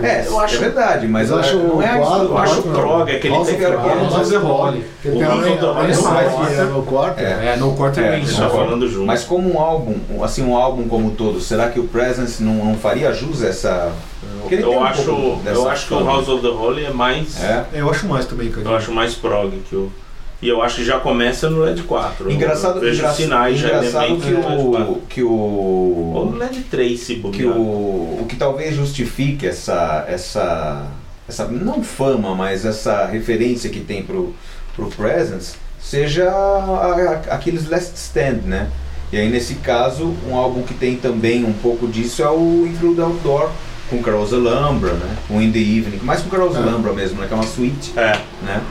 Speaker 2: é,
Speaker 6: Eu acho- um
Speaker 2: é verdade, mas
Speaker 5: eu
Speaker 2: eu
Speaker 5: acho
Speaker 2: não é
Speaker 5: o quadro,
Speaker 2: eu
Speaker 6: eu acho
Speaker 5: quadro,
Speaker 6: prog, aquele
Speaker 5: House
Speaker 6: tem
Speaker 5: of
Speaker 6: aquela-
Speaker 5: Cards,
Speaker 4: Mas
Speaker 5: House
Speaker 4: é
Speaker 5: of
Speaker 4: Holly.
Speaker 5: Porque tem
Speaker 6: O House of
Speaker 5: uma-
Speaker 6: Cards
Speaker 5: uma
Speaker 6: é
Speaker 5: história
Speaker 4: mais,
Speaker 5: que é no quarto.
Speaker 2: É.
Speaker 4: É, no corta é
Speaker 2: É,
Speaker 4: bem
Speaker 2: eu
Speaker 6: Você tá
Speaker 4: só.
Speaker 6: falando junto.
Speaker 2: Mas como um álbum, um- assim, um álbum como um todo, será que o Presence não, não faria jus a essa. Porque ele
Speaker 6: eu,
Speaker 2: tem um
Speaker 6: acho,
Speaker 2: pouco
Speaker 6: eu
Speaker 2: dessa
Speaker 6: acho que o
Speaker 2: fama. né?
Speaker 6: House of the Holy é mais.
Speaker 2: É.
Speaker 4: Eu acho mais também, cara.
Speaker 6: Eu acho mais prog que o. E eu acho que já começa no LED 4.
Speaker 2: Engraçado,
Speaker 6: eu vejo
Speaker 2: engra-
Speaker 6: sinais já né,
Speaker 2: engraçado
Speaker 6: elementos
Speaker 2: que
Speaker 6: no LED 4.
Speaker 2: o. Que
Speaker 6: Ou
Speaker 2: o
Speaker 6: no LED 3, se bobear.
Speaker 2: que o, o que talvez justifique essa, essa, essa não fama, mas essa referência que tem pro, pro Presence seja a- a- aqueles Last Stand, né? E aí nesse caso, um álbum que tem também um pouco disso é o Intrude Outdoor com Carosa Lambra, né? Com In The Evening, mais com Carosa Lambra mesmo, né? Que é uma suíte,
Speaker 6: É,
Speaker 2: né?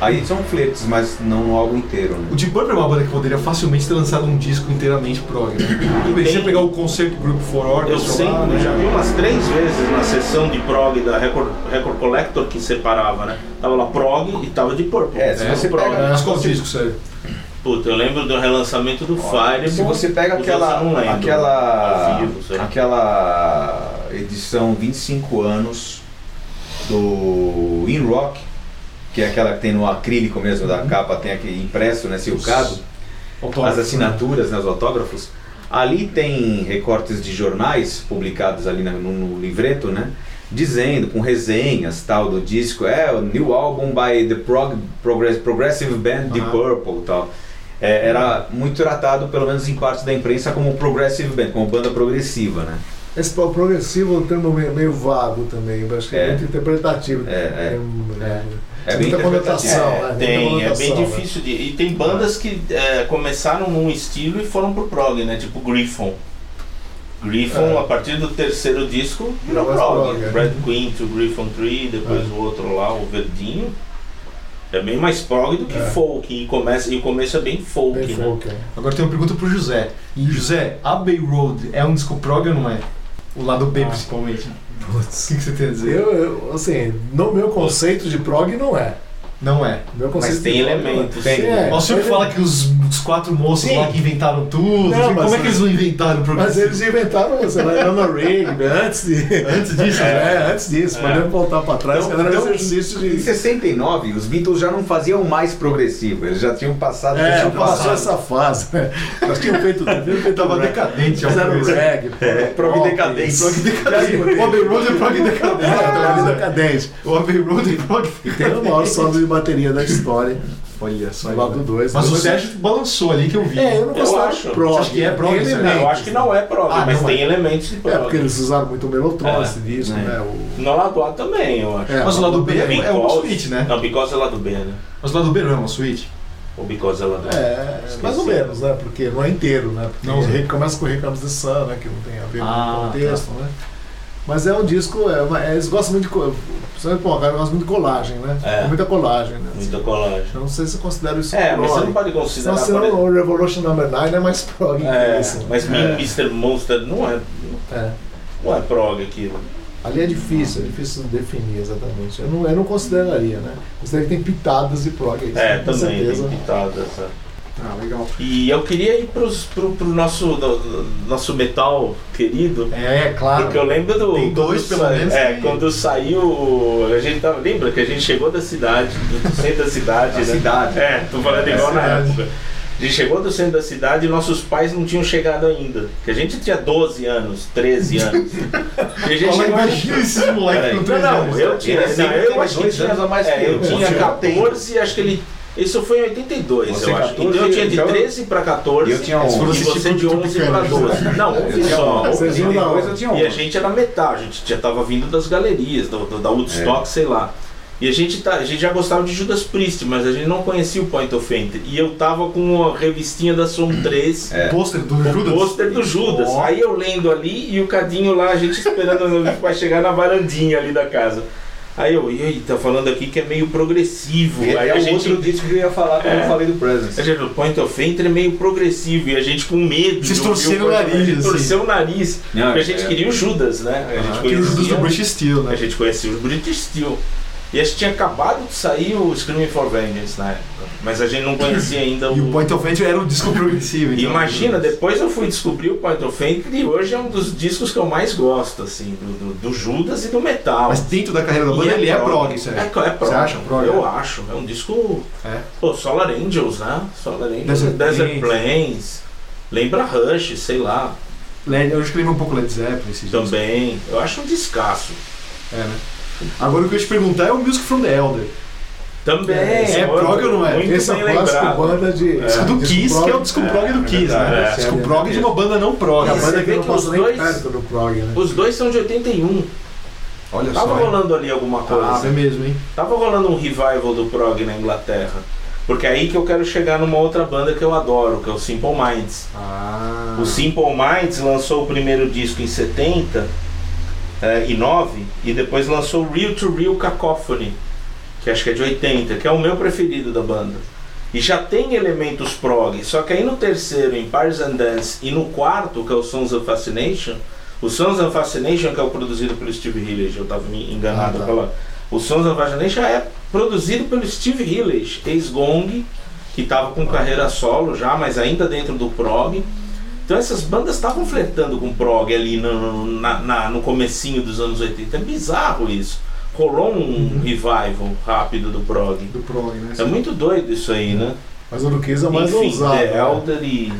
Speaker 2: Aí são fletes, mas não o álbum inteiro, né?
Speaker 4: O Deep Purple é uma banda que poderia facilmente ter lançado um disco inteiramente prog, né? Tudo bem, se você pegar o concerto Group for
Speaker 6: eu
Speaker 4: Orchestra
Speaker 6: sempre
Speaker 4: lá, né?
Speaker 6: já vi umas três vezes na sessão de prog da Record, Record Collector que separava, né? Tava lá prog e tava de purple.
Speaker 2: É, se
Speaker 6: Era
Speaker 2: você
Speaker 6: prog.
Speaker 2: pega-
Speaker 4: Mas qual disco, sério?
Speaker 6: Puta, eu lembro do relançamento do Fire.
Speaker 2: Se você pega
Speaker 6: os outros eu não
Speaker 2: aquela
Speaker 6: lembro.
Speaker 2: aquela
Speaker 6: Ao vivo, sei lá.
Speaker 2: aquela edição 25 anos do In Rock, que é aquela que tem no acrílico mesmo da capa, tem aqui impresso, né, silcado, as
Speaker 4: Autógrafo.
Speaker 2: assinaturas, né, os autógrafos. Ali tem recortes de jornais publicados ali na- no, no livreto, né? Dizendo, com resenhas tal do disco, é o new album by the prog, progress, Progressive Band Deep
Speaker 4: Aham.
Speaker 2: Purple tal. É, era muito tratado, pelo menos em parte da imprensa, como Progressive Band, como banda progressiva, né?
Speaker 5: Esse pro- progressivo é um termo meio, meio vago também, eu acho que é,
Speaker 2: É.
Speaker 5: muito interpretativo.
Speaker 2: É, é.
Speaker 5: Tem-
Speaker 2: É bem
Speaker 5: tem muita
Speaker 2: interpretativo.
Speaker 5: conotação. né? Tem muita
Speaker 6: Tem, é bem
Speaker 5: conotação, né?
Speaker 6: difícil de. E tem bandas que é, começaram num estilo e foram pro prog, né? Tipo Griffon. Griffon,
Speaker 5: É.
Speaker 6: a partir do terceiro disco, virou
Speaker 5: Virou mais
Speaker 6: prog.
Speaker 5: prog, é.
Speaker 6: Red Queen to Griffon 3, depois o outro lá, o verdinho. É bem mais prog do que
Speaker 5: É.
Speaker 6: folk. E, começa, e o começo é bem folk,
Speaker 5: Bem
Speaker 6: né?
Speaker 5: folk, é.
Speaker 4: Agora tem uma pergunta pro José. E José, Abbey Road é um disco prog ou não é? O lado B, principalmente. O que, que você tem a dizer?
Speaker 5: Ah, Eu, eu, assim, no meu conceito de prog não é.
Speaker 4: Não é.
Speaker 5: Meu conceito
Speaker 6: Mas tem
Speaker 5: de prog
Speaker 6: elementos.
Speaker 5: não é.
Speaker 2: Tem.
Speaker 5: É,
Speaker 4: Mas o senhor
Speaker 5: mas
Speaker 4: fala que os, os quatro moços
Speaker 5: Sim.
Speaker 4: lá que inventaram tudo.
Speaker 5: Não,
Speaker 4: assim,
Speaker 5: mas-
Speaker 4: como é que eles não inventaram o
Speaker 5: Mas
Speaker 4: progressivo?
Speaker 5: eles inventaram, né? sei lá, Lana Rigby, antes de...
Speaker 4: Antes disso, né?
Speaker 5: É, antes disso, podemos voltar pra trás,
Speaker 2: Então-
Speaker 5: que era um
Speaker 2: então-
Speaker 5: exercício
Speaker 2: Em
Speaker 5: de...
Speaker 2: 69, os Beatles já não faziam mais progressivo, eles já tinham passado
Speaker 5: É,
Speaker 2: já tinham
Speaker 5: passou essa fase, né? Nós tínhamos feito tudo,
Speaker 4: Tava decadente já.
Speaker 5: Mas era um
Speaker 4: progressivo.
Speaker 5: reggae,
Speaker 2: É, prog
Speaker 5: rock,
Speaker 2: decadente.
Speaker 5: prog decadente.
Speaker 4: O Abbey Road é prog
Speaker 5: Prog
Speaker 4: decadente.
Speaker 5: decadente.
Speaker 4: O Abbey Road é prog decadente.
Speaker 5: Tem o maior solo de bateria da história,
Speaker 4: Olha só.
Speaker 5: do lado
Speaker 4: né?
Speaker 5: 2.
Speaker 4: Mas o Sérgio balançou ali que eu vi.
Speaker 5: É, eu
Speaker 6: Eu
Speaker 5: não considero
Speaker 6: acho.
Speaker 5: prog.
Speaker 4: Acho que é prog,
Speaker 5: Tem
Speaker 4: isso é
Speaker 6: Não, eu
Speaker 5: elementos.
Speaker 6: acho que não é prog,
Speaker 4: Ah,
Speaker 6: mas
Speaker 4: não
Speaker 6: tem elementos de prog.
Speaker 5: É, porque eles usaram muito o Melotron
Speaker 6: É,
Speaker 5: esse disco,
Speaker 2: né.
Speaker 5: né? O...
Speaker 6: No lado A também, eu acho.
Speaker 5: É,
Speaker 4: Mas o lado B é, é uma
Speaker 6: Because-
Speaker 4: suíte, né?
Speaker 6: Não, Because é lado B, né?
Speaker 4: Mas o lado B não é uma suíte?
Speaker 6: Ou Because é lado A.
Speaker 5: É, mais ou menos, né? Porque não é inteiro, né? Porque
Speaker 4: Não.
Speaker 5: não. começa com Reclamos de Sun, né? Que não tem a ver
Speaker 4: Ah,
Speaker 5: com o contexto, né? Mas é um disco, é, uma- é, eles gostam muito de. co- Principalmente bom, cara, gostam muito de colagem, né?
Speaker 6: É.
Speaker 5: Tem Muita colagem, né?
Speaker 6: Muita colagem.
Speaker 5: Eu não sei se eu considero isso
Speaker 6: É, mas
Speaker 5: prog.
Speaker 6: você não pode
Speaker 5: Senão,
Speaker 6: considerar.
Speaker 5: senão é
Speaker 6: por exemplo-
Speaker 5: o Revolution Number 9 é mais prog que
Speaker 6: É,
Speaker 5: isso. né?
Speaker 6: mas
Speaker 5: é.
Speaker 6: Mr. Monster não é,
Speaker 5: é.
Speaker 6: não é prog aquilo.
Speaker 5: Ali é difícil, é difícil definir exatamente. Eu não, eu não consideraria, né? Considero que tem pitadas de prog aí,
Speaker 6: É,
Speaker 5: com
Speaker 6: também,
Speaker 5: certeza.
Speaker 6: tem pitadas. né?
Speaker 4: Ah, legal.
Speaker 6: E eu queria ir pros, pro, pro nosso, do- do- nosso metal querido.
Speaker 4: É,
Speaker 5: Ah,
Speaker 4: claro.
Speaker 6: Porque eu lembro do.
Speaker 4: Tem dois,
Speaker 6: quando
Speaker 4: pelo
Speaker 6: sa-
Speaker 4: menos,
Speaker 6: É,
Speaker 4: que-
Speaker 6: quando saiu. o- A gente tava, lembra que a gente chegou da cidade, do centro da cidade,
Speaker 2: Da
Speaker 6: né?
Speaker 2: cidade.
Speaker 6: É, tô falando
Speaker 4: Da
Speaker 6: igual na
Speaker 4: cidade.
Speaker 6: época. A gente chegou do centro da cidade e nossos pais não tinham chegado ainda. Que a gente tinha 12 anos, 13 anos. E a gente
Speaker 5: é
Speaker 4: Fala,
Speaker 6: chegou.
Speaker 4: imagina esses moleques
Speaker 6: Peraí.
Speaker 4: com três
Speaker 6: Não,
Speaker 4: anos.
Speaker 6: eu tinha,
Speaker 2: Ele
Speaker 6: não,
Speaker 2: tem
Speaker 6: eu
Speaker 2: mais
Speaker 6: acho que
Speaker 2: dois
Speaker 6: tinha,
Speaker 2: anos a mais que
Speaker 6: é, eu
Speaker 2: eu.
Speaker 6: tinha
Speaker 2: Você
Speaker 6: 14, acho que ele, isso foi em 82,
Speaker 2: Você
Speaker 6: eu acho.
Speaker 2: 14,
Speaker 6: então eu tinha de
Speaker 2: então-
Speaker 6: 13 para
Speaker 2: E
Speaker 6: 14
Speaker 2: eu tinha tipo
Speaker 6: e
Speaker 2: 11.
Speaker 6: você de 11 para 12. Não, ouve
Speaker 2: né? Eu tinha
Speaker 6: só,
Speaker 2: 11.
Speaker 6: ouve
Speaker 5: Vocês
Speaker 6: só.
Speaker 5: iam na
Speaker 2: Depois eu tinha
Speaker 6: E a
Speaker 2: 11. É.
Speaker 6: gente era metal, a gente já tava vindo das galerias, do, do- da Woodstock, sei lá. E a gente, tá, a gente já gostava de Judas Priest, mas a gente não conhecia o Point of Entry. E eu tava com a revistinha da Som 3
Speaker 2: É.
Speaker 4: Pôster do
Speaker 6: o
Speaker 4: Judas?
Speaker 6: pôster do Judas.
Speaker 4: Ó.
Speaker 6: Aí eu lendo ali e o Cadinho lá, a gente esperando o amigo pra chegar na varandinha ali da casa. Aí eu, e aí, tá falando aqui que é meio progressivo.
Speaker 2: E
Speaker 6: aí
Speaker 2: é
Speaker 6: a
Speaker 2: o
Speaker 6: gente.
Speaker 2: outro disco que eu ia falar quando eu falei do
Speaker 6: a
Speaker 2: Presence.
Speaker 6: gente, o Point of Entry é meio progressivo e a gente com medo.
Speaker 4: Vocês
Speaker 6: de ouvir
Speaker 4: torceram o
Speaker 6: Point of
Speaker 4: nariz,
Speaker 6: Entry,
Speaker 4: assim.
Speaker 6: Torceu o nariz.
Speaker 2: Não,
Speaker 6: Porque a gente
Speaker 2: é.
Speaker 6: queria o Judas, né? A gente
Speaker 4: Ah, que o Judas do
Speaker 6: conhecia-
Speaker 4: British Steel, né?
Speaker 6: a gente conhecia os British Steel. E acho que tinha acabado de sair o Screaming for Vengeance na época. Mas a gente não conhecia ainda
Speaker 4: E o
Speaker 6: o.
Speaker 4: Point of Entry era um disco progressivo. então.
Speaker 6: Imagina, depois eu fui descobrir o Point of Entry e hoje é um dos discos que eu mais gosto, assim, do, do, do Judas e do metal.
Speaker 4: Mas dentro da carreira da
Speaker 6: E
Speaker 4: banda ele é prog,
Speaker 6: É,
Speaker 4: sério.
Speaker 6: é prog.
Speaker 4: Você acha prog,
Speaker 6: Eu
Speaker 4: é?
Speaker 6: acho. É um disco.
Speaker 4: É.
Speaker 6: Pô, Solar Angels, né? Solar Angels.
Speaker 4: Desert
Speaker 6: Desert,
Speaker 4: Plains.
Speaker 6: Plains. Lembra Rush, sei lá.
Speaker 4: Led- Eu escrevi um pouco Led Zeppelin esse disco.
Speaker 6: Também. Eu acho um descasso.
Speaker 4: É, né?
Speaker 6: Então-
Speaker 4: Agora o que eu ia te perguntar é o Music from the Elder.
Speaker 6: Também.
Speaker 4: É, é
Speaker 6: outro,
Speaker 4: prog ou não é?
Speaker 6: Muito
Speaker 5: Esse é
Speaker 6: bem
Speaker 5: o clássico
Speaker 6: lembrado.
Speaker 5: banda de.
Speaker 4: O disco do
Speaker 5: de
Speaker 4: Kiss,
Speaker 5: prog.
Speaker 4: que é o disco prog do Kiss, né?
Speaker 6: verdade,
Speaker 4: O
Speaker 5: é.
Speaker 4: disco prog de uma banda não prog.
Speaker 5: É a
Speaker 6: Isso.
Speaker 5: banda
Speaker 6: Você
Speaker 5: que
Speaker 6: vê
Speaker 5: não
Speaker 6: que
Speaker 5: passa
Speaker 6: os
Speaker 5: nem
Speaker 6: dois-
Speaker 5: perto do prog, né?
Speaker 6: Os dois são de 81.
Speaker 4: Olha
Speaker 6: Tava
Speaker 4: só. hein?
Speaker 6: rolando ali alguma
Speaker 4: Ah,
Speaker 6: coisa.
Speaker 4: é mesmo, hein?
Speaker 6: Tava rolando um revival do prog na Inglaterra. Porque é aí que eu quero chegar numa outra banda que eu adoro, que é o Simple Minds.
Speaker 4: Ah.
Speaker 6: O Simple Minds lançou o primeiro disco em 70 eh, e 9 e depois lançou o Real to Real Cacophony, que acho que é de 80, que é o meu preferido da banda. E já tem elementos prog, só que aí no terceiro, em Paris and Dance, e no quarto, que é o Sons of Fascination, o Sons of Fascination, que é o produzido pelo Steve Hillage, eu tava me enganado
Speaker 5: Ah, tá.
Speaker 6: pela. O Sons of Fascination é produzido pelo Steve Hillage, ex-Gong, que tava com carreira solo já, mas ainda dentro do prog. Então essas bandas estavam flertando com prog ali no, no- na- na- no comecinho dos anos 80. É bizarro isso. Rolou um revival rápido do prog.
Speaker 5: Do prog, né?
Speaker 6: É muito doido isso aí, né?
Speaker 5: Mas o do Kiss é o mais
Speaker 6: Enfim,
Speaker 5: ousado.
Speaker 6: The
Speaker 5: né?
Speaker 6: Elder e...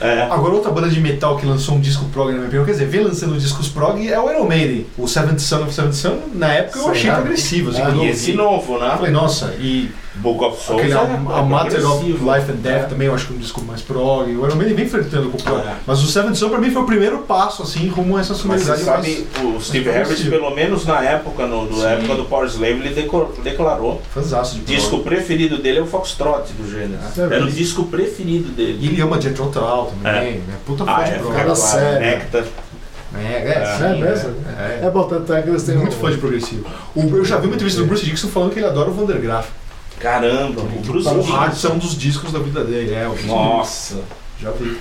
Speaker 6: É.
Speaker 4: Agora outra banda de metal que lançou um disco prog, na minha opinião, quer dizer, vem lançando discos prog é o Iron Maiden. O Seventh Son of Seventh Son, na época eu
Speaker 5: Será?
Speaker 4: achei progressivo, assim,
Speaker 5: Ah,
Speaker 4: quando eu
Speaker 6: E
Speaker 4: ouvi.
Speaker 6: esse novo,
Speaker 4: Eu
Speaker 6: né?
Speaker 4: falei, nossa, e
Speaker 6: Book of Souls
Speaker 4: aquele
Speaker 6: é,
Speaker 4: a, a
Speaker 6: é
Speaker 4: Matter of
Speaker 6: progressivo.
Speaker 4: Life and Death também eu acho que é um disco mais prog. O Iron Maiden vem flertando com o prog.
Speaker 6: né? É.
Speaker 4: Mas o Seventh Son pra mim foi o primeiro passo, assim, rumo a essa
Speaker 6: Mas você
Speaker 4: sonoridade mais
Speaker 6: sabe, o Steve
Speaker 4: mais
Speaker 6: Harris,
Speaker 4: progressivo.
Speaker 6: pelo menos na época, no, do- na
Speaker 4: é Sim.
Speaker 6: época do Power Slave, ele deco- declarou
Speaker 4: fanzaço de
Speaker 6: O
Speaker 4: prog.
Speaker 6: disco preferido dele é o Foxtrot do gênero.
Speaker 5: É
Speaker 6: Era o
Speaker 5: mesmo.
Speaker 6: disco preferido dele.
Speaker 4: E ele ama Jethro Tull também, né? Puta fã
Speaker 6: Ah,
Speaker 4: de
Speaker 6: é,
Speaker 4: prog.
Speaker 6: fica
Speaker 5: Cara
Speaker 6: claro,
Speaker 5: séria.
Speaker 6: Nectar.
Speaker 4: É, é,
Speaker 6: É.
Speaker 4: sim,
Speaker 5: É mesmo?
Speaker 4: É.
Speaker 5: É bom, tanto é que eles têm.
Speaker 4: Tem muito
Speaker 5: um-
Speaker 4: fã de progressivo. O- eu já vi uma entrevista
Speaker 6: É.
Speaker 4: do Bruce Dixon falando que ele adora o Vandergraaf.
Speaker 6: Caramba, o Bruce
Speaker 4: o
Speaker 6: Dickinson.
Speaker 4: Hearts é um dos discos da vida dele, é. o Bruce
Speaker 6: Nossa.
Speaker 4: Dickinson. Já vi.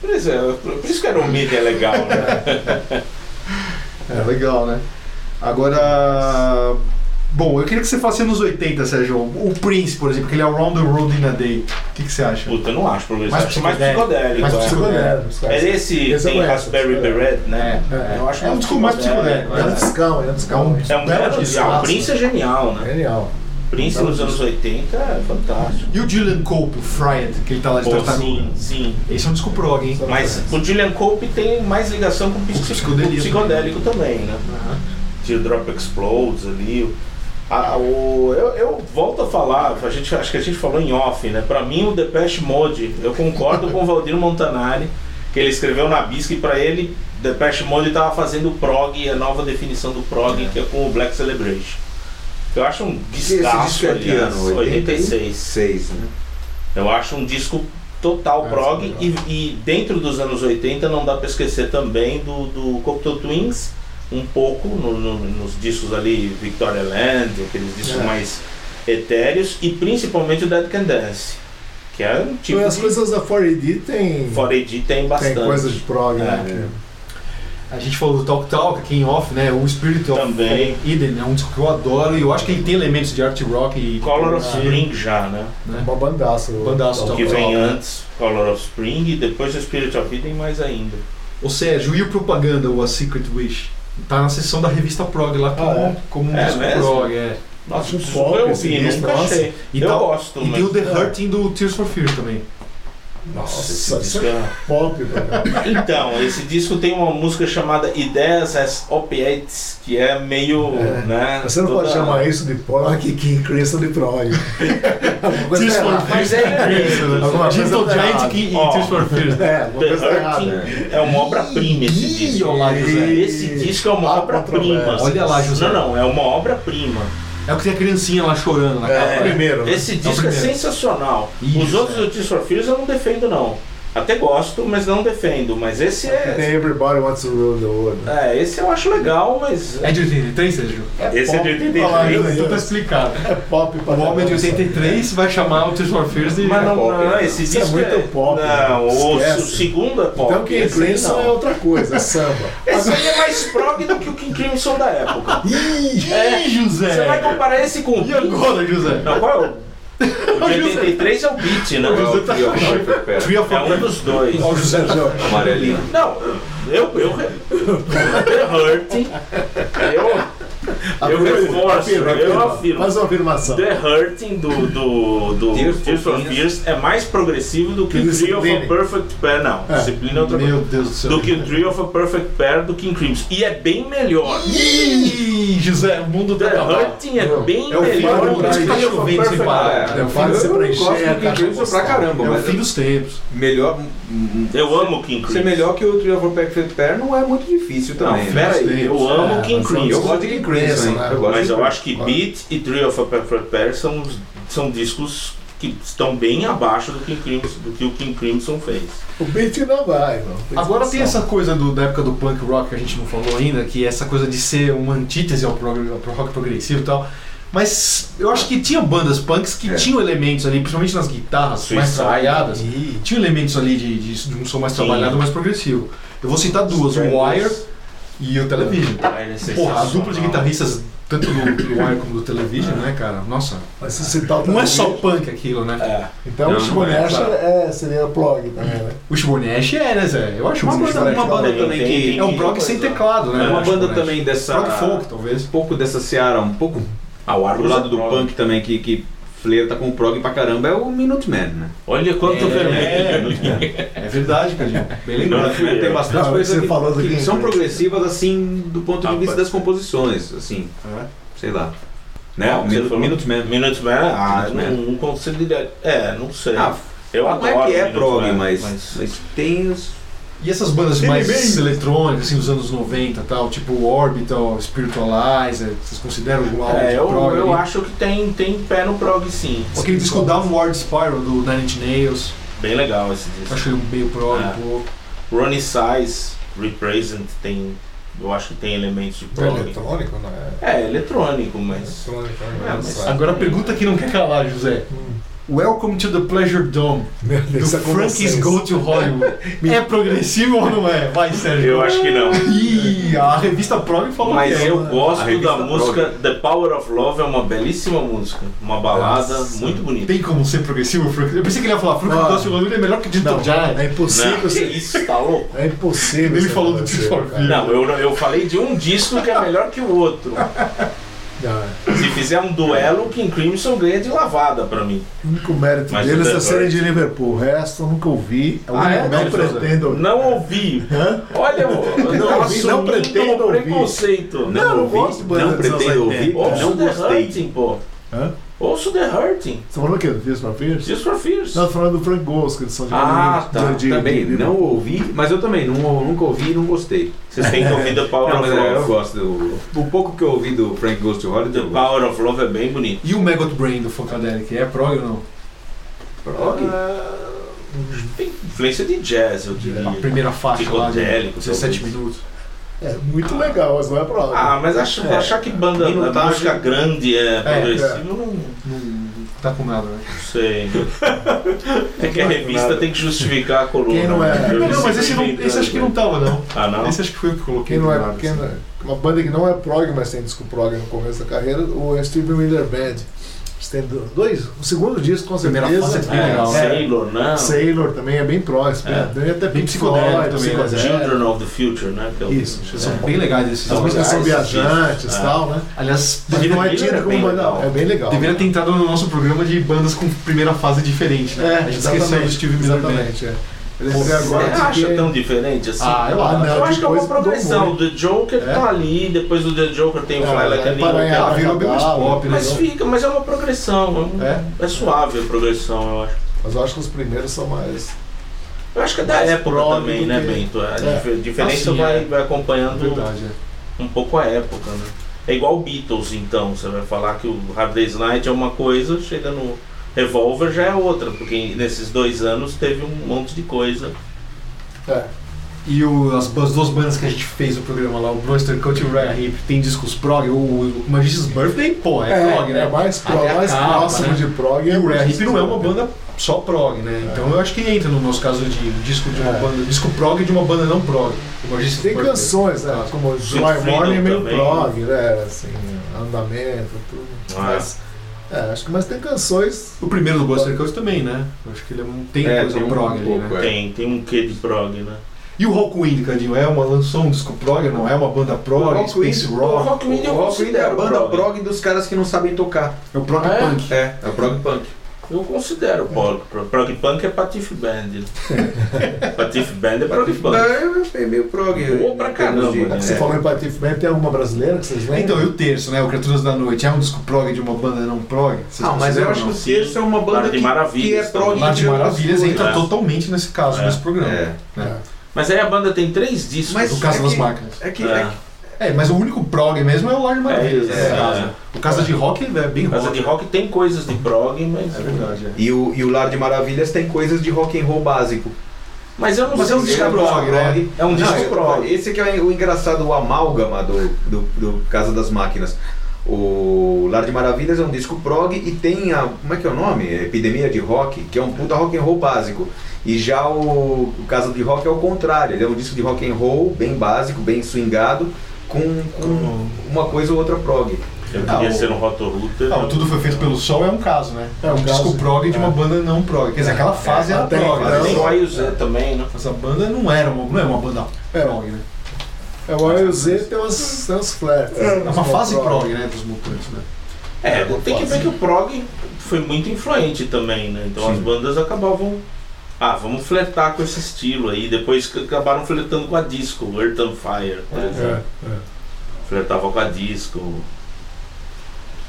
Speaker 6: Por isso, é, por isso que era um mídia legal, né?
Speaker 4: É legal, né? Agora. Bom, eu queria que você fosse nos 80, Sérgio. O Prince, por exemplo, que ele é o Round the World in a Day. O que, que você acha?
Speaker 6: Puta, eu não acho progressivo.
Speaker 4: Mais
Speaker 6: Acho mais
Speaker 4: psicodélico.
Speaker 6: psicodélico.
Speaker 4: Mais
Speaker 6: é.
Speaker 5: Psicodélico, os
Speaker 6: Mas
Speaker 5: caras.
Speaker 6: esse
Speaker 5: Esse eu
Speaker 6: tem
Speaker 5: conheço,
Speaker 6: Raspberry
Speaker 5: psicodélico.
Speaker 6: Beret, né?
Speaker 4: É,
Speaker 6: Eu acho
Speaker 4: é um
Speaker 6: mais
Speaker 4: disco mais psicodélico.
Speaker 5: É um
Speaker 4: né?
Speaker 5: discão, é um discão.
Speaker 4: É um-
Speaker 6: É um
Speaker 4: Belo
Speaker 6: belo
Speaker 4: disco.
Speaker 6: disco. Ah, O Prince é genial, né?
Speaker 5: Genial.
Speaker 6: Prince
Speaker 5: Belo
Speaker 6: nos anos 80 é fantástico.
Speaker 4: E o Dylan Cope, o Fried, que ele tá lá de
Speaker 6: Pô,
Speaker 4: tartaruga.
Speaker 6: sim, sim.
Speaker 4: Esse é um disco prog, hein? É.
Speaker 6: Mas o Dylan Cope tem mais ligação com o psico-
Speaker 4: psicodelismo.
Speaker 6: psicodélico também, né?
Speaker 4: Aham.
Speaker 6: Teardrop Explodes ali. o- a- o, eu, eu volto a falar, a gente, acho que a gente falou em off, né? Pra mim, o Depeche Mode, eu concordo com o Valdir Montanari, que ele escreveu na Bisque e pra ele, Depeche Mode tava fazendo o prog, a nova definição do prog, que é com o Black Celebration. Eu acho um
Speaker 2: Esse disco
Speaker 6: descasso,
Speaker 2: é de
Speaker 6: aliás,
Speaker 2: ano
Speaker 6: 86.
Speaker 2: 86, né?
Speaker 6: Eu acho um disco total
Speaker 5: É,
Speaker 6: prog
Speaker 5: sim,
Speaker 6: e, e dentro dos anos 80 não dá pra esquecer também do, do Cocteau Twins, um pouco no- no- nos discos ali Victoria Land, aqueles discos
Speaker 5: É.
Speaker 6: mais etéreos e principalmente o Dead Can Dance, que é um tipo
Speaker 5: As
Speaker 6: de...
Speaker 5: coisas da 4AD tem.
Speaker 6: Foredi tem
Speaker 5: Tem
Speaker 6: bastante.
Speaker 5: coisas de prog, né? que-
Speaker 4: A gente falou do Talk Talk aqui em off, né? O Spirit of
Speaker 6: Também.
Speaker 4: Eden é um disco que eu adoro e eu acho que ele tem elementos de art rock e.
Speaker 6: Color of
Speaker 4: Ah,
Speaker 6: Spring já, né?
Speaker 4: Né?
Speaker 5: é Uma bandaça. o-
Speaker 4: Bandaço,
Speaker 5: o-
Speaker 4: Talk
Speaker 6: que vem
Speaker 4: Talk.
Speaker 6: antes Color of Spring e depois o Spirit of Eden mais ainda.
Speaker 4: Ou Sérgio, e o Propaganda, ou A Secret Wish? Tá na seção da revista Prog lá como,
Speaker 5: Ah, é?
Speaker 4: como um
Speaker 6: É
Speaker 4: disco
Speaker 6: mesmo?
Speaker 4: prog, é.
Speaker 6: Nossa,
Speaker 5: Um
Speaker 6: isso
Speaker 5: pop,
Speaker 6: eu
Speaker 5: esse
Speaker 6: vi,
Speaker 5: disco,
Speaker 6: nunca
Speaker 5: nossa.
Speaker 6: achei.
Speaker 4: E
Speaker 6: eu
Speaker 4: tá-
Speaker 6: gosto,
Speaker 4: E
Speaker 6: mas...
Speaker 4: tem o The Hurting do Tears for Fears também.
Speaker 5: Nossa,
Speaker 6: Esse
Speaker 5: isso
Speaker 6: disco
Speaker 5: é
Speaker 6: é-
Speaker 5: pop, velho.
Speaker 6: Então, esse disco tem uma música chamada Ideias as Opiates, que é meio.
Speaker 5: É.
Speaker 6: né?
Speaker 5: Você não pode chamar isso de prog, que Crimson de prog. Alguma coisa
Speaker 4: Tears
Speaker 5: tá
Speaker 4: for
Speaker 5: errada.
Speaker 4: Fears
Speaker 6: é isso, né?
Speaker 4: é
Speaker 5: Alguma coisa
Speaker 4: Gentle
Speaker 5: tá
Speaker 4: Giant
Speaker 5: errada.
Speaker 4: e e
Speaker 6: Ó.
Speaker 4: Tears for Fears.
Speaker 5: É, uma
Speaker 6: The
Speaker 5: coisa tá errada.
Speaker 6: Hurting é uma obra-prima esse
Speaker 4: Ih,
Speaker 6: disco.
Speaker 4: olha lá, José.
Speaker 6: Esse disco é uma
Speaker 5: Ah,
Speaker 6: obra-prima.
Speaker 5: controvérsia.
Speaker 4: Olha lá, José.
Speaker 6: Não, não, é uma obra-prima.
Speaker 4: É o que tem a criancinha lá chorando na
Speaker 6: É.
Speaker 4: capa.
Speaker 5: Primeiro. né?
Speaker 6: Esse disco é,
Speaker 4: primeiro.
Speaker 6: sensacional.
Speaker 4: Isso,
Speaker 6: Os outros
Speaker 4: é.
Speaker 6: do Tears for Fears eu não defendo, não. Até gosto, mas não defendo. Mas esse é.
Speaker 5: Tem Everybody Wants to Rule the World. né?
Speaker 6: É, esse eu acho legal, mas.
Speaker 4: É de 83, Sérgio?
Speaker 6: Esse é de
Speaker 5: pop, falar,
Speaker 6: 83.
Speaker 4: Então tá
Speaker 5: né?
Speaker 4: explicado.
Speaker 5: É pop pra
Speaker 4: O homem de
Speaker 5: caramba, sabe?
Speaker 4: 83 vai chamar o Tears for Fears de...
Speaker 6: Mas não,
Speaker 2: pop,
Speaker 6: não,
Speaker 2: né?
Speaker 6: esse
Speaker 5: Isso é
Speaker 6: disco
Speaker 5: muito pop,
Speaker 6: Não,
Speaker 5: né?
Speaker 6: o,
Speaker 5: Esquece.
Speaker 6: o segundo é pop.
Speaker 5: Então King
Speaker 6: esse aí
Speaker 5: Crimson
Speaker 6: não.
Speaker 5: é outra coisa, é samba.
Speaker 6: Esse aí é mais prog do que o King Crimson da época.
Speaker 4: Ih,
Speaker 6: É.
Speaker 4: José!
Speaker 6: Você vai comparar esse com o
Speaker 4: E
Speaker 6: Pink?
Speaker 4: agora, José?
Speaker 6: Não, qual é o... O de 83 é o Beat, né?
Speaker 2: Qual é o Tree of Life, pera.
Speaker 4: Tree of
Speaker 6: É um dos dois.
Speaker 4: Ó, o José
Speaker 2: Amarelinho.
Speaker 6: Não, eu... Eu... The Hurting. Eu... Eu reforço, eu afirmo.
Speaker 5: Faz uma afirmação.
Speaker 6: The Hurting do, do, do
Speaker 2: Tears for
Speaker 6: Tears for
Speaker 2: Fears.
Speaker 6: Fears é mais progressivo do que o Tree of a
Speaker 5: Discipline.
Speaker 6: Perfect Pair. Não,
Speaker 5: É.
Speaker 6: disciplina é outra coisa.
Speaker 5: Meu Deus do céu.
Speaker 6: Do que o Tree of a Perfect Pair do King Crimson. E é bem melhor.
Speaker 4: Ih, José, o mundo tá
Speaker 6: The
Speaker 4: acabado.
Speaker 6: Hurting é
Speaker 5: Não,
Speaker 6: bem
Speaker 4: É o fim
Speaker 6: melhor
Speaker 4: do
Speaker 6: do
Speaker 4: mundo,
Speaker 6: que
Speaker 4: isso que tá
Speaker 6: Tree of a
Speaker 4: chovendo sem
Speaker 6: Perfect Pair.
Speaker 4: parar.
Speaker 2: É,
Speaker 5: Eu falo, você
Speaker 2: eu gosto
Speaker 5: preencher
Speaker 2: do
Speaker 5: a
Speaker 2: King
Speaker 5: caixa
Speaker 2: Crimson pra
Speaker 5: postal.
Speaker 4: É
Speaker 2: caramba,
Speaker 4: o
Speaker 2: mas
Speaker 4: fim dos tempos.
Speaker 2: melhor.
Speaker 6: Eu amo o King
Speaker 2: Ser
Speaker 6: Crimson.
Speaker 2: é melhor que o Tree of Perfect Pair não é muito difícil
Speaker 6: Não,
Speaker 2: também.
Speaker 6: pera aí, eu amo o King
Speaker 5: mas vamos-
Speaker 2: Eu
Speaker 6: Crimson.
Speaker 2: gosto de King Crimson, hein?
Speaker 5: Né?
Speaker 2: Eu gosto
Speaker 6: Mas
Speaker 2: de
Speaker 6: eu
Speaker 2: Crimson.
Speaker 6: acho que Beat e Tree of a Perfect Pair são, são discos que estão bem abaixo do, King Crimson, do que o King Crimson fez.
Speaker 5: O beat não vai, não.
Speaker 4: Agora tem essa coisa do- da época do punk rock que a gente não falou ainda, que é essa coisa de ser uma antítese ao, prog- ao rock progressivo e tal. Mas eu acho que tinha bandas punks que
Speaker 2: É.
Speaker 4: tinham elementos ali, principalmente nas guitarras mais
Speaker 6: Suicide.
Speaker 4: trabalhadas, tinha elementos ali de, de- de um som mais
Speaker 6: Sim.
Speaker 4: trabalhado, mais progressivo. Eu vou citar duas, o Wire e o Television.
Speaker 6: é
Speaker 4: Porra, a dupla de guitarristas, tanto do, do Wire como do Television, né, cara? Nossa,
Speaker 5: Mas se citar o
Speaker 4: não é
Speaker 5: Television-
Speaker 4: só punk aquilo, né?
Speaker 6: É.
Speaker 5: Então
Speaker 6: Não,
Speaker 5: o
Speaker 6: não é,
Speaker 5: Shimonesh
Speaker 6: claro.
Speaker 5: é, seria prog também, né?
Speaker 4: O Shibonesh é, né, Zé? Eu acho uma
Speaker 5: Sim,
Speaker 4: banda,
Speaker 5: Shibonesh
Speaker 4: uma banda
Speaker 6: também.
Speaker 4: também. É um prog sem teclado,
Speaker 2: É
Speaker 4: né?
Speaker 2: uma
Speaker 4: Eu acho,
Speaker 2: banda
Speaker 4: Shibonesh.
Speaker 2: também dessa.
Speaker 4: Rock folk, talvez.
Speaker 2: Um pouco dessa seara, um pouco
Speaker 6: Ah, o
Speaker 2: pro
Speaker 6: Argos
Speaker 2: lado
Speaker 6: é
Speaker 2: do
Speaker 6: prog.
Speaker 2: punk também, que, que flerta com o prog pra caramba, é o Minuteman, né?
Speaker 6: Olha quanto
Speaker 4: É,
Speaker 6: vermelho.
Speaker 4: É verdade, Cadinho. Bem lembrado.
Speaker 2: Minuteman tem bastante
Speaker 5: Não,
Speaker 2: coisas
Speaker 5: Ah, você
Speaker 2: que,
Speaker 5: falou do
Speaker 2: que
Speaker 5: King
Speaker 2: são
Speaker 5: Crimson.
Speaker 2: progressivas, assim, do ponto
Speaker 6: Ah,
Speaker 2: de vista
Speaker 6: pode
Speaker 2: das composições, assim,
Speaker 4: É.
Speaker 2: sei lá. Né?
Speaker 6: Ah,
Speaker 2: o
Speaker 6: você
Speaker 2: Minu-
Speaker 6: falou-
Speaker 2: Minuteman.
Speaker 6: Minuteman, ah,
Speaker 2: Minuteman.
Speaker 6: não, não consideraria. É, não sei.
Speaker 2: Ah,
Speaker 6: eu
Speaker 2: não é
Speaker 6: adoro
Speaker 2: que é
Speaker 6: Minuteman,
Speaker 2: prog, mas, mas tem os.
Speaker 4: E essas bandas
Speaker 5: Ele
Speaker 4: mais
Speaker 5: mesmo.
Speaker 4: eletrônicas, assim, dos anos 90 e tal, tipo Orbital, Spiritualizer, vocês consideram alguma álbum
Speaker 6: É,
Speaker 4: de
Speaker 6: eu,
Speaker 4: prog?
Speaker 6: eu
Speaker 4: ali?
Speaker 6: acho que tem, tem pé no prog sim.
Speaker 4: Aquele disco Downward um Spiral do Nine Inch Nails,
Speaker 6: Bem legal esse
Speaker 4: eu
Speaker 6: disco.
Speaker 4: acho ele meio prog
Speaker 6: É.
Speaker 4: um pouco.
Speaker 6: Ronnie Size Represent tem. Eu acho que tem elementos de
Speaker 5: É
Speaker 6: prog.
Speaker 5: eletrônico, não é?
Speaker 6: É, eletrônico, mas.
Speaker 5: Eletrônico,
Speaker 6: É, mas
Speaker 5: não é?
Speaker 4: Agora a pergunta que não quer calar, José. Welcome to the Pleasure Dome,
Speaker 5: Meu Deus,
Speaker 4: do
Speaker 5: isso é com
Speaker 4: Frankie's
Speaker 5: vocês.
Speaker 4: Go to Hollywood. é progressivo ou não é? Vai, Sérgio.
Speaker 6: Eu acho que não.
Speaker 4: Ih, a revista Prog falou que
Speaker 6: Mas
Speaker 4: é.
Speaker 6: eu
Speaker 2: A
Speaker 6: gosto
Speaker 2: revista
Speaker 6: da música The Power of Love, é uma belíssima música. Uma balada
Speaker 5: Nossa.
Speaker 6: muito bonita.
Speaker 4: Tem como ser progressivo? Frank? Eu pensei que ele ia falar, Frank
Speaker 5: Ah.
Speaker 4: Doce Hollywood é melhor que Digital
Speaker 5: Não,
Speaker 4: Giant.
Speaker 5: é impossível.
Speaker 6: Não, né? que
Speaker 5: você-
Speaker 6: isso, tá louco?
Speaker 5: É impossível.
Speaker 4: Ele
Speaker 5: isso
Speaker 4: falou do Tears
Speaker 5: acontecer,
Speaker 4: for
Speaker 5: cara.
Speaker 4: Fears.
Speaker 6: Não, eu, eu falei de um disco que é melhor que o outro.
Speaker 5: Não, é.
Speaker 6: Se fizer um duelo, o King Crimson ganha de lavada pra mim.
Speaker 5: O único mérito
Speaker 6: Mas
Speaker 5: deles
Speaker 6: o
Speaker 5: é
Speaker 6: The
Speaker 5: serem de Liverpool. O resto eu nunca ouvi. É o
Speaker 6: Ah, é?
Speaker 5: único- Não
Speaker 6: Não,
Speaker 5: pretendo ouvir.
Speaker 6: Não ouvi.
Speaker 5: Hã?
Speaker 6: Olha, eu
Speaker 5: Não
Speaker 6: não,
Speaker 5: ouvi, não
Speaker 6: assumindo
Speaker 5: pretendo
Speaker 6: o
Speaker 5: ouvir.
Speaker 6: preconceito.
Speaker 5: Não, eu não
Speaker 2: ouvi,
Speaker 5: gosto de banda
Speaker 2: não
Speaker 5: dos anos
Speaker 2: pretendo
Speaker 5: 80.
Speaker 2: ouvir,
Speaker 6: Ouço
Speaker 2: não
Speaker 6: The
Speaker 2: gostei.
Speaker 6: Hurting, pô.
Speaker 5: Hã?
Speaker 6: Ouço The Hurting.
Speaker 5: Você falou o quê? Do Tears for Fears?
Speaker 6: Just for Fears.
Speaker 5: Não, tô falando do Frank Ghost, que eles são de
Speaker 6: Ah, tá.
Speaker 5: de- de-
Speaker 2: também
Speaker 5: de-
Speaker 2: não ouvi, mas eu também não, nunca ouvi e não gostei.
Speaker 6: Vocês têm que ouvir The Power
Speaker 2: Não,
Speaker 6: of
Speaker 2: mas eu, eu
Speaker 6: Love.
Speaker 2: gosto do. O pouco que eu ouvi do Frank Ghost to Hollywood,
Speaker 6: The
Speaker 2: eu gosto.
Speaker 6: Power of Love é bem bonito.
Speaker 4: E o Maggot Brain do Funkadelic, é prog ou não?
Speaker 2: Prog?
Speaker 6: Ah, Tem influência de jazz, eu diria.
Speaker 4: A primeira faixa lá de
Speaker 6: Psicodélico,
Speaker 4: 17
Speaker 6: talvez.
Speaker 4: minutos.
Speaker 5: É muito legal, mas não é prova.
Speaker 6: Ah, mas acho,
Speaker 2: É.
Speaker 6: achar que banda
Speaker 2: Minutagem.
Speaker 6: música grande é progressiva,
Speaker 5: é.
Speaker 6: eu não, não
Speaker 4: Não tá com nada, né?
Speaker 6: sei. é que a revista tem que justificar a coluna.
Speaker 5: Quem não é?
Speaker 6: né? Eu
Speaker 4: Não, não, mas
Speaker 6: sempre
Speaker 4: esse, não,
Speaker 6: invento,
Speaker 4: esse acho que não tava, não.
Speaker 6: Ah, não?
Speaker 4: Esse acho que foi o que eu coloquei.
Speaker 5: Quem não
Speaker 4: do
Speaker 5: é,
Speaker 4: nada,
Speaker 5: quem
Speaker 4: assim.
Speaker 5: não é- uma banda que não é prog, mas tem disco prog no começo da carreira, o Steven Miller Band. Eles têm do- dois, o segundo disco com
Speaker 4: Primeira
Speaker 5: certeza.
Speaker 4: fase é bem
Speaker 5: É,
Speaker 4: legal,
Speaker 5: é.
Speaker 6: Ah, Sailor, não.
Speaker 5: Sailor também é bem próximo,
Speaker 6: É.
Speaker 5: né? até
Speaker 4: Bem
Speaker 5: Pink
Speaker 4: psicodélico
Speaker 5: Floyd,
Speaker 4: também, né?
Speaker 5: psicodélico.
Speaker 6: Children of the Future, né? que é o-
Speaker 5: Isso,
Speaker 4: São
Speaker 5: é.
Speaker 4: bem legais esses
Speaker 5: As
Speaker 6: São
Speaker 4: álbuns.
Speaker 5: músicas são
Speaker 6: legais,
Speaker 5: viajantes
Speaker 4: é.
Speaker 6: esses
Speaker 5: e tal, né?
Speaker 4: Aliás,
Speaker 5: Mas
Speaker 4: deveria,
Speaker 5: não é
Speaker 6: Miller
Speaker 5: tida
Speaker 6: é
Speaker 5: como
Speaker 6: bem
Speaker 5: banda.
Speaker 6: legal.
Speaker 5: É bem legal.
Speaker 4: deveria ter entrado no nosso programa de bandas com primeira fase diferente, né?
Speaker 5: É,
Speaker 4: a gente esqueceu do
Speaker 5: exatamente,
Speaker 4: Steve Miller Band.
Speaker 5: Exatamente, é. Eles fizeram
Speaker 6: Você
Speaker 5: agora
Speaker 6: acha
Speaker 5: porque-
Speaker 6: tão diferente assim?
Speaker 4: Ah, eu
Speaker 5: Ah,
Speaker 4: acho.
Speaker 5: não.
Speaker 6: eu acho que é uma
Speaker 5: depois mudou
Speaker 6: progressão. O
Speaker 5: muito.
Speaker 6: The Joker
Speaker 5: É.
Speaker 6: tá ali, depois do The Joker tem o
Speaker 5: É,
Speaker 6: Fly Like a tá
Speaker 5: é, Paranhá,
Speaker 4: Ah,
Speaker 6: Ninja.
Speaker 4: virou bem mais pop, né?
Speaker 6: Mas fica, mas é uma progressão. é um-
Speaker 5: É.
Speaker 6: É suave a progressão, eu acho.
Speaker 5: Mas eu acho que os primeiros são mais.
Speaker 6: Eu acho que é da
Speaker 5: Mais
Speaker 6: época
Speaker 5: prog
Speaker 6: também,
Speaker 5: do
Speaker 6: né,
Speaker 5: que-
Speaker 6: Bento? A
Speaker 5: É.
Speaker 6: dif- diferença
Speaker 4: Assim,
Speaker 6: vai,
Speaker 4: é.
Speaker 6: vai acompanhando
Speaker 4: Verdade, é.
Speaker 6: um pouco a época, né? É igual Beatles, então. Você vai falar que o Hard Day's Night é uma coisa, chega no Revolver já é outra, porque nesses dois anos teve um monte de coisa.
Speaker 5: É.
Speaker 4: E o- as, as duas bandas que a gente fez o programa lá, o Bronster Cut e o Ryan Hip, tem discos prog. O, o Magician's Birthday, pô, é, prog, né?
Speaker 5: é mais, pro,
Speaker 4: Até a
Speaker 5: mais
Speaker 4: capa,
Speaker 5: próximo
Speaker 4: né?
Speaker 5: de prog.
Speaker 4: E
Speaker 5: é
Speaker 4: o Rare Hip
Speaker 5: Magician's
Speaker 4: não é uma
Speaker 5: Birthday.
Speaker 4: banda só prog, né? Então eu acho que entra no nosso caso de disco de uma
Speaker 5: É.
Speaker 4: banda, disco prog de uma banda não prog. O Magician's
Speaker 5: Tem
Speaker 4: Birthday.
Speaker 5: canções, né?
Speaker 4: Ah.
Speaker 5: Como July
Speaker 6: Freedom
Speaker 5: Morning é meio
Speaker 6: também.
Speaker 5: prog, né? Assim, andamento, tudo.
Speaker 6: Ah.
Speaker 5: Mas, é, acho que mas tem canções.
Speaker 4: O primeiro do Buster Coast também, né? Eu acho que ele é um- tem
Speaker 2: É,
Speaker 4: coisa
Speaker 2: tem um
Speaker 4: prog ali,
Speaker 2: pouco,
Speaker 4: né?
Speaker 2: é.
Speaker 6: Tem, tem um quê de prog, né?
Speaker 4: E o Rockwind, Candinho, é uma, lançou um disco prog, não é uma banda prog, Space
Speaker 6: Então,
Speaker 2: o
Speaker 4: Rock,
Speaker 3: Rockwind eu
Speaker 2: o Rockwind é a
Speaker 3: considero
Speaker 2: banda
Speaker 3: prog.
Speaker 2: prog dos caras que não sabem tocar.
Speaker 4: é o prog
Speaker 6: É?
Speaker 4: punk.
Speaker 2: É, é o prog punk.
Speaker 6: Eu considero prog. Pro- Prog punk é Patife Band. Patife Band é prog punk.
Speaker 2: É, é meio prog.
Speaker 6: Boa pra
Speaker 2: em termos de-
Speaker 6: caramba, né?
Speaker 5: Você
Speaker 6: É.
Speaker 5: falou em Patife Man, tem alguma brasileira que vocês lembram?
Speaker 4: Então, e o terço, né? O Criaturas da Noite é um disco prog de uma banda não prog? Vocês
Speaker 2: Ah, mas eu
Speaker 4: consideram,
Speaker 2: acho que
Speaker 4: não?
Speaker 2: o Terço é uma banda
Speaker 6: Mar
Speaker 2: que,
Speaker 6: de
Speaker 2: que é
Speaker 6: Maravilhas
Speaker 2: prog.
Speaker 6: também.
Speaker 4: Mar de
Speaker 2: entre outras
Speaker 4: Maravilhas
Speaker 2: coisas.
Speaker 4: entra
Speaker 6: É.
Speaker 4: totalmente nesse caso,
Speaker 6: É.
Speaker 4: nesse programa.
Speaker 2: É.
Speaker 4: né?
Speaker 6: Mas aí a banda tem três discos.
Speaker 2: Mas-
Speaker 4: O caso
Speaker 2: É
Speaker 4: das
Speaker 2: que-
Speaker 4: máquinas.
Speaker 2: É que, é
Speaker 6: É.
Speaker 2: que-
Speaker 4: É, mas o único prog mesmo é o Lorde Maravilhas.
Speaker 6: É,
Speaker 4: nesse
Speaker 6: é.
Speaker 4: caso. O Casa de Rock é bem
Speaker 6: Casa
Speaker 4: rock.
Speaker 6: de rock tem coisas de prog, mas.
Speaker 4: É verdade, é.
Speaker 2: e, o, e o Lar de Maravilhas tem coisas de rock and roll básico.
Speaker 6: Mas eu não
Speaker 4: Mas é
Speaker 6: sei
Speaker 4: um
Speaker 6: se
Speaker 4: disco prog, né?
Speaker 6: É um
Speaker 2: Não,
Speaker 6: disco
Speaker 2: eu-
Speaker 6: prog.
Speaker 2: Esse que é o engraçado, o amálgama do, do, do Casa das Máquinas. O Lar de Maravilhas é um disco prog e tem a. Como é que é o nome? Epidemia de Rock, que é um puta rock and roll básico. E já o, o Casa de Rock é o contrário, ele é um disco de rock and roll bem básico, bem swingado, com, com uma coisa ou outra prog.
Speaker 6: Eu queria
Speaker 4: Ah, o-
Speaker 6: ser um Rotor Router.
Speaker 4: Não, tudo foi feito pelo sol é um caso, né?
Speaker 5: É um caso.
Speaker 4: disco prog de uma
Speaker 5: É.
Speaker 4: banda não prog. Quer dizer, aquela fase era
Speaker 5: até
Speaker 4: prog.
Speaker 5: então-
Speaker 4: né?
Speaker 6: Tem o Ayuzé também, né?
Speaker 4: Essa banda não era uma, não é uma banda
Speaker 5: É.
Speaker 4: prog, né?
Speaker 5: É o AEZ tem umas, tem uns flats.
Speaker 4: É uma fase prog, né? Dos mutantes, né?
Speaker 6: É, tem que ver que o prog foi muito influente também, né? Então as
Speaker 2: Sim.
Speaker 6: bandas acabavam. Ah, vamos flertar com esse estilo aí. Depois que acabaram flertando com a disco, o Earth and Fire, por exemplo.
Speaker 5: É, é.
Speaker 6: Flertava com a disco.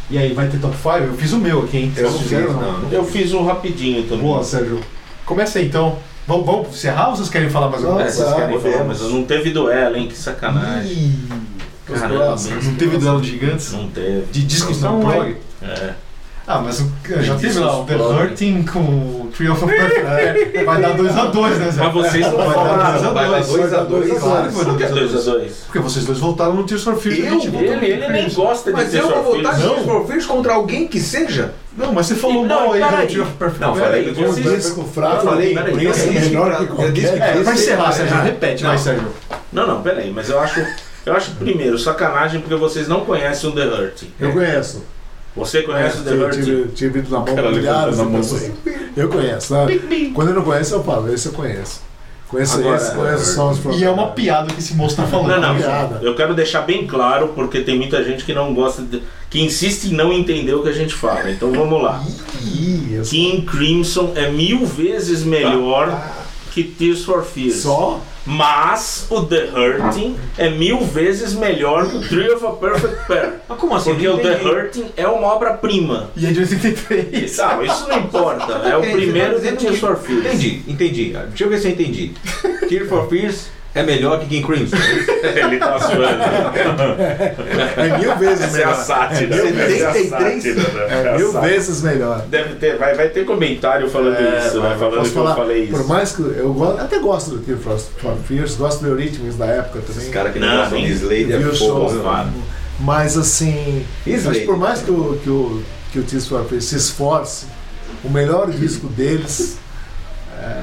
Speaker 4: E aí, vai ter top 5? Eu fiz o meu aqui, hein?
Speaker 2: Eu
Speaker 4: Vocês
Speaker 2: não fiz,
Speaker 4: fizeram,
Speaker 2: não. não.
Speaker 6: Eu fiz um rapidinho também.
Speaker 4: Boa, Sérgio. Começa aí, então. Vamos, vamos encerrar ou vocês querem falar mais alguma
Speaker 6: É,
Speaker 4: coisa?
Speaker 6: vocês querem ver,
Speaker 5: tá, vamos.
Speaker 6: mas não teve duelo, hein? Que sacanagem.
Speaker 4: Ih,
Speaker 6: Caramba,
Speaker 5: próximos.
Speaker 4: Não teve duelo de gigantes?
Speaker 6: não teve.
Speaker 4: De discos não
Speaker 2: Então,
Speaker 4: prog?
Speaker 6: É.
Speaker 4: Ah, mas o- já teve
Speaker 6: discos
Speaker 4: lá o The
Speaker 6: prog.
Speaker 4: Hurting com o Tree of a Perfect. né? Vai dar 2x2, né, Zé?
Speaker 6: Mas vocês não
Speaker 4: Vai dar
Speaker 6: falaram.
Speaker 4: 2x2.
Speaker 2: vai dar dois a dois,
Speaker 4: Claro que vai dar
Speaker 6: Por que é
Speaker 4: 2x2.
Speaker 6: 2x2?
Speaker 4: Porque vocês dois voltaram no Tears for Fears.
Speaker 2: Eu?
Speaker 4: a gente voltou no
Speaker 6: Ele, ele
Speaker 4: Tears
Speaker 6: nem
Speaker 4: for Fears.
Speaker 6: gosta de
Speaker 2: Mas
Speaker 6: ter
Speaker 2: eu
Speaker 6: sua
Speaker 2: vou
Speaker 6: filha.
Speaker 2: votar em
Speaker 4: Não.
Speaker 2: Tears for Fears contra alguém que seja?
Speaker 4: Não, mas você falou
Speaker 6: Não,
Speaker 4: mal aí do
Speaker 6: peraí.
Speaker 4: Tears for Perfect.
Speaker 2: Não,
Speaker 4: Perfect.
Speaker 2: falei
Speaker 5: Eu
Speaker 2: que
Speaker 5: tenho um
Speaker 2: vocês-
Speaker 5: disco fraco,
Speaker 6: falei,
Speaker 5: um
Speaker 6: peraí,
Speaker 5: preço
Speaker 2: eu disse
Speaker 5: menor
Speaker 2: que-
Speaker 5: que
Speaker 2: eu disse que-
Speaker 5: qualquer.
Speaker 4: É, vai
Speaker 2: Esse-
Speaker 4: encerrar, Sérgio.
Speaker 2: é.
Speaker 4: Repete, vai,
Speaker 2: Não.
Speaker 4: Sérgio.
Speaker 6: Não, não, peraí, mas eu acho. Eu acho primeiro sacanagem porque vocês não conhecem o The Hurt.
Speaker 5: Eu conheço.
Speaker 6: Você conhece o The
Speaker 5: Eu
Speaker 6: Hurt?
Speaker 5: tive, tive ido na mão
Speaker 6: Ela
Speaker 5: milhares de
Speaker 6: levantando a
Speaker 5: pessoas. Eu conheço, né? Quando eu não conheço, eu falo, esse eu conheço. Conheço
Speaker 2: Agora,
Speaker 5: esse, conheço só os
Speaker 4: E é uma piada que esse moço tá falando.
Speaker 6: Não, não.
Speaker 5: piada.
Speaker 6: Eu quero deixar bem claro, porque tem muita gente que não gosta, de- que insiste em não entender o que a gente fala. Então vamos lá.
Speaker 5: Ih, eu-
Speaker 6: King Crimson é mil vezes melhor que Tears for Fears.
Speaker 5: Só?
Speaker 6: Mas o The Hurting é mil vezes melhor que o Tree of a Perfect Pair.
Speaker 2: Mas como assim?
Speaker 6: Porque
Speaker 2: Não
Speaker 6: o The
Speaker 2: entendi.
Speaker 6: Hurting é uma obra-prima.
Speaker 4: E é de 83.
Speaker 6: Não, isso não importa. É o
Speaker 2: Ok,
Speaker 6: primeiro
Speaker 2: você
Speaker 6: que
Speaker 2: tá
Speaker 6: Tears for Fears.
Speaker 2: Entendi, entendi. Deixa eu ver se eu entendi. Tear for Fears é melhor que King Crimson.
Speaker 6: Ele tá suando.
Speaker 5: É mil vezes
Speaker 6: Essa é a
Speaker 5: melhor.
Speaker 6: sátira.
Speaker 5: É mil,
Speaker 6: essa é a
Speaker 2: 73?
Speaker 6: sátira, né?
Speaker 5: é mil vezes melhor.
Speaker 6: Deve ter, vai, vai ter comentário falando
Speaker 5: É,
Speaker 6: isso, vai,
Speaker 5: mas
Speaker 6: falando
Speaker 5: posso
Speaker 6: que eu falei isso.
Speaker 5: Por mais que eu go- até gosto do Tears for, for Fears, gosto do Eurythmics da época
Speaker 2: Os
Speaker 5: também.
Speaker 2: caras que
Speaker 6: Não,
Speaker 2: não gostam
Speaker 6: hein?
Speaker 2: de Slade
Speaker 5: Eu vi o
Speaker 2: é
Speaker 5: show.
Speaker 2: fogo. mano.
Speaker 5: Mas assim,
Speaker 2: Isso
Speaker 5: acho
Speaker 2: aí.
Speaker 5: que por mais que o, que o, que o Tears for Fears se esforce, o melhor disco deles,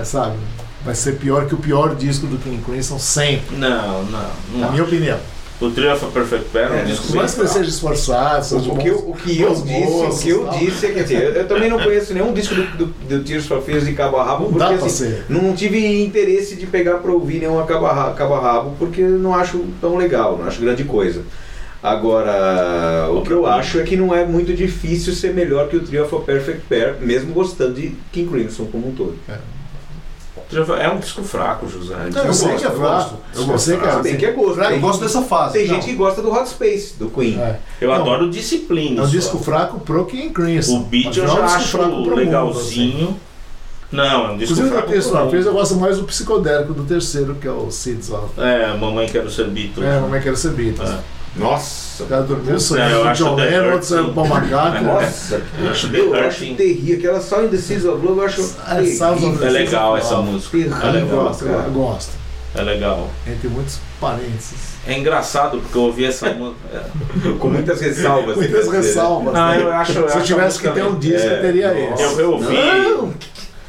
Speaker 5: é, sabe, vai ser pior que o pior disco do King Crimson sempre,
Speaker 6: Não, não.
Speaker 5: na
Speaker 6: não.
Speaker 5: minha opinião.
Speaker 6: O Triumph Perfect Pair é
Speaker 2: É,
Speaker 6: um disco
Speaker 5: Por mais que
Speaker 6: bem
Speaker 5: ele seja esforçado, seja
Speaker 2: O
Speaker 5: bom-
Speaker 2: que eu, o que eu
Speaker 5: bons
Speaker 2: disse, o que eu
Speaker 5: moços,
Speaker 2: disse é que assim, eu, eu também não conheço nenhum disco do, do, do Tears for Fears de cabo a rabo,
Speaker 5: Não
Speaker 2: porque
Speaker 5: dá pra
Speaker 2: assim,
Speaker 5: ser.
Speaker 2: não tive interesse de pegar pra ouvir nenhum cabo a ra- cabo a rabo, porque eu não acho tão legal, não acho grande coisa. Agora, o que eu acho é que não é muito difícil ser melhor que o Trio of a Perfect Pair, mesmo gostando de King Crimson como um todo.
Speaker 6: Triumph É um disco fraco, José.
Speaker 5: Não, eu,
Speaker 4: Eu
Speaker 5: sei
Speaker 4: gosto,
Speaker 5: que é
Speaker 4: eu
Speaker 5: fraco.
Speaker 4: gosto, eu
Speaker 5: Eu,
Speaker 4: gosto.
Speaker 5: sei que é
Speaker 2: Se bem que é gosto.
Speaker 4: Eu
Speaker 2: Tem,
Speaker 4: gosto dessa fase.
Speaker 2: tem
Speaker 4: não.
Speaker 2: gente que gosta do Hot Space, do Queen.
Speaker 5: É.
Speaker 6: Eu
Speaker 5: Não.
Speaker 6: adoro disciplina.
Speaker 5: É um
Speaker 6: só.
Speaker 5: disco fraco pro King Crimson.
Speaker 6: O beat
Speaker 5: mas
Speaker 6: eu
Speaker 5: não é um
Speaker 6: já
Speaker 5: disco
Speaker 6: acho
Speaker 5: fraco pro mundo, assim.
Speaker 6: legalzinho. Não, é um disco
Speaker 5: Inclusive, no
Speaker 6: fraco.
Speaker 5: texto
Speaker 6: pro
Speaker 5: na frente, eu
Speaker 6: mundo.
Speaker 5: gosto mais do psicodélico do terceiro, que é o Seeds of.
Speaker 6: É, Mamãe Quero Ser Beatles.
Speaker 5: É, como é que era ser Beatles.
Speaker 6: É.
Speaker 5: O
Speaker 2: Nossa!
Speaker 5: cara dormiu, sonhou
Speaker 6: eu
Speaker 5: com o
Speaker 6: acho
Speaker 5: John
Speaker 6: The
Speaker 5: Lennon,
Speaker 6: Dirt,
Speaker 5: outro sonhou
Speaker 6: sim.
Speaker 5: com o
Speaker 6: É,
Speaker 5: Macaco.
Speaker 2: Nossa!
Speaker 6: Eu acho The
Speaker 2: Eu acho um
Speaker 6: Hurting.
Speaker 2: terrível. Aquela só Indecisa of Love eu acho
Speaker 5: Ah, é Sounds of
Speaker 6: É
Speaker 2: terrível.
Speaker 6: legal essa música. É
Speaker 5: Eu
Speaker 6: legal,
Speaker 5: gosto, eu
Speaker 2: cara.
Speaker 5: gosto.
Speaker 6: é legal.
Speaker 5: Entre muitos parênteses.
Speaker 6: É engraçado porque eu ouvi essa é. música.
Speaker 2: Com muitas ressalvas.
Speaker 5: né? Muitas ressalvas.
Speaker 6: Ah,
Speaker 5: né?
Speaker 6: eu acho. eu
Speaker 5: Se eu
Speaker 6: acho
Speaker 5: tivesse que
Speaker 6: a música
Speaker 5: ter um
Speaker 6: legal.
Speaker 5: disco, eu teria
Speaker 2: Nossa.
Speaker 5: esse.
Speaker 6: Eu reouvi.
Speaker 5: Não!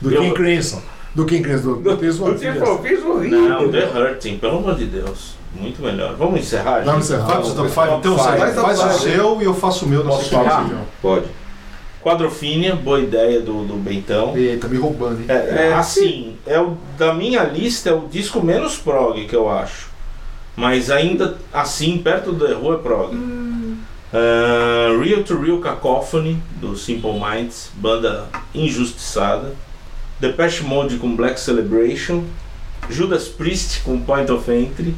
Speaker 5: Do
Speaker 6: Eu-
Speaker 5: King Crimson. Do King Crimson. Do Crimson.
Speaker 2: Eu tinha falado, fiz
Speaker 6: Não, The
Speaker 2: horrível.
Speaker 6: Hurting, pelo amor de Deus. Muito melhor. Vamos encerrar, gente?
Speaker 5: Vamos encerrar.
Speaker 4: Faz o top 5, então,
Speaker 2: Top
Speaker 4: Sérgio.
Speaker 2: five.
Speaker 4: Faz
Speaker 2: Top
Speaker 4: o
Speaker 2: five.
Speaker 4: seu e eu faço o meu na
Speaker 6: Posso falar?
Speaker 4: sequência.
Speaker 2: Pode.
Speaker 6: Quadrofínia, boa ideia do, do Bentão.
Speaker 4: Eita, me roubando, hein?
Speaker 6: É, é, assim, é o, da minha lista é o disco menos prog que eu acho. Mas ainda assim, perto do The Who é prog. Ah, Real to Real Cacophony, do Simple Minds, banda injustiçada. Depeche Mode com Black Celebration. Judas Priest com Point of Entry.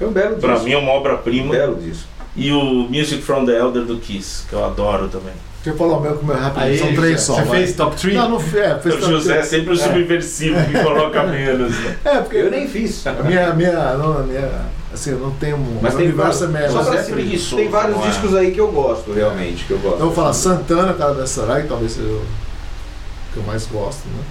Speaker 2: É um belo
Speaker 6: Pra
Speaker 2: disco.
Speaker 6: mim é uma
Speaker 2: Um
Speaker 6: obra-prima.
Speaker 2: belo disco.
Speaker 6: E o Music from the Elder do Kiss, que eu adoro também.
Speaker 5: Deixa eu falar o meu com o meu rápido. São três só.
Speaker 4: Você
Speaker 5: vai.
Speaker 4: fez top 3?
Speaker 5: Não, não fez. É, fez
Speaker 6: O José é sempre o subversivo que coloca menos. né?
Speaker 5: É, porque
Speaker 2: Eu nem fiz.
Speaker 5: a minha, a minha, não, a minha, assim, eu não tenho,
Speaker 2: Mas
Speaker 5: meu
Speaker 2: tem
Speaker 5: universo é
Speaker 2: vários-
Speaker 5: menor.
Speaker 2: só pra
Speaker 6: é preguiçoso,
Speaker 2: Tem vários
Speaker 6: não é?
Speaker 2: discos aí que eu gosto, realmente, que eu gosto.
Speaker 5: Então eu vou falar Santana, cara da Sarai, que talvez seja o que eu mais gosto, né?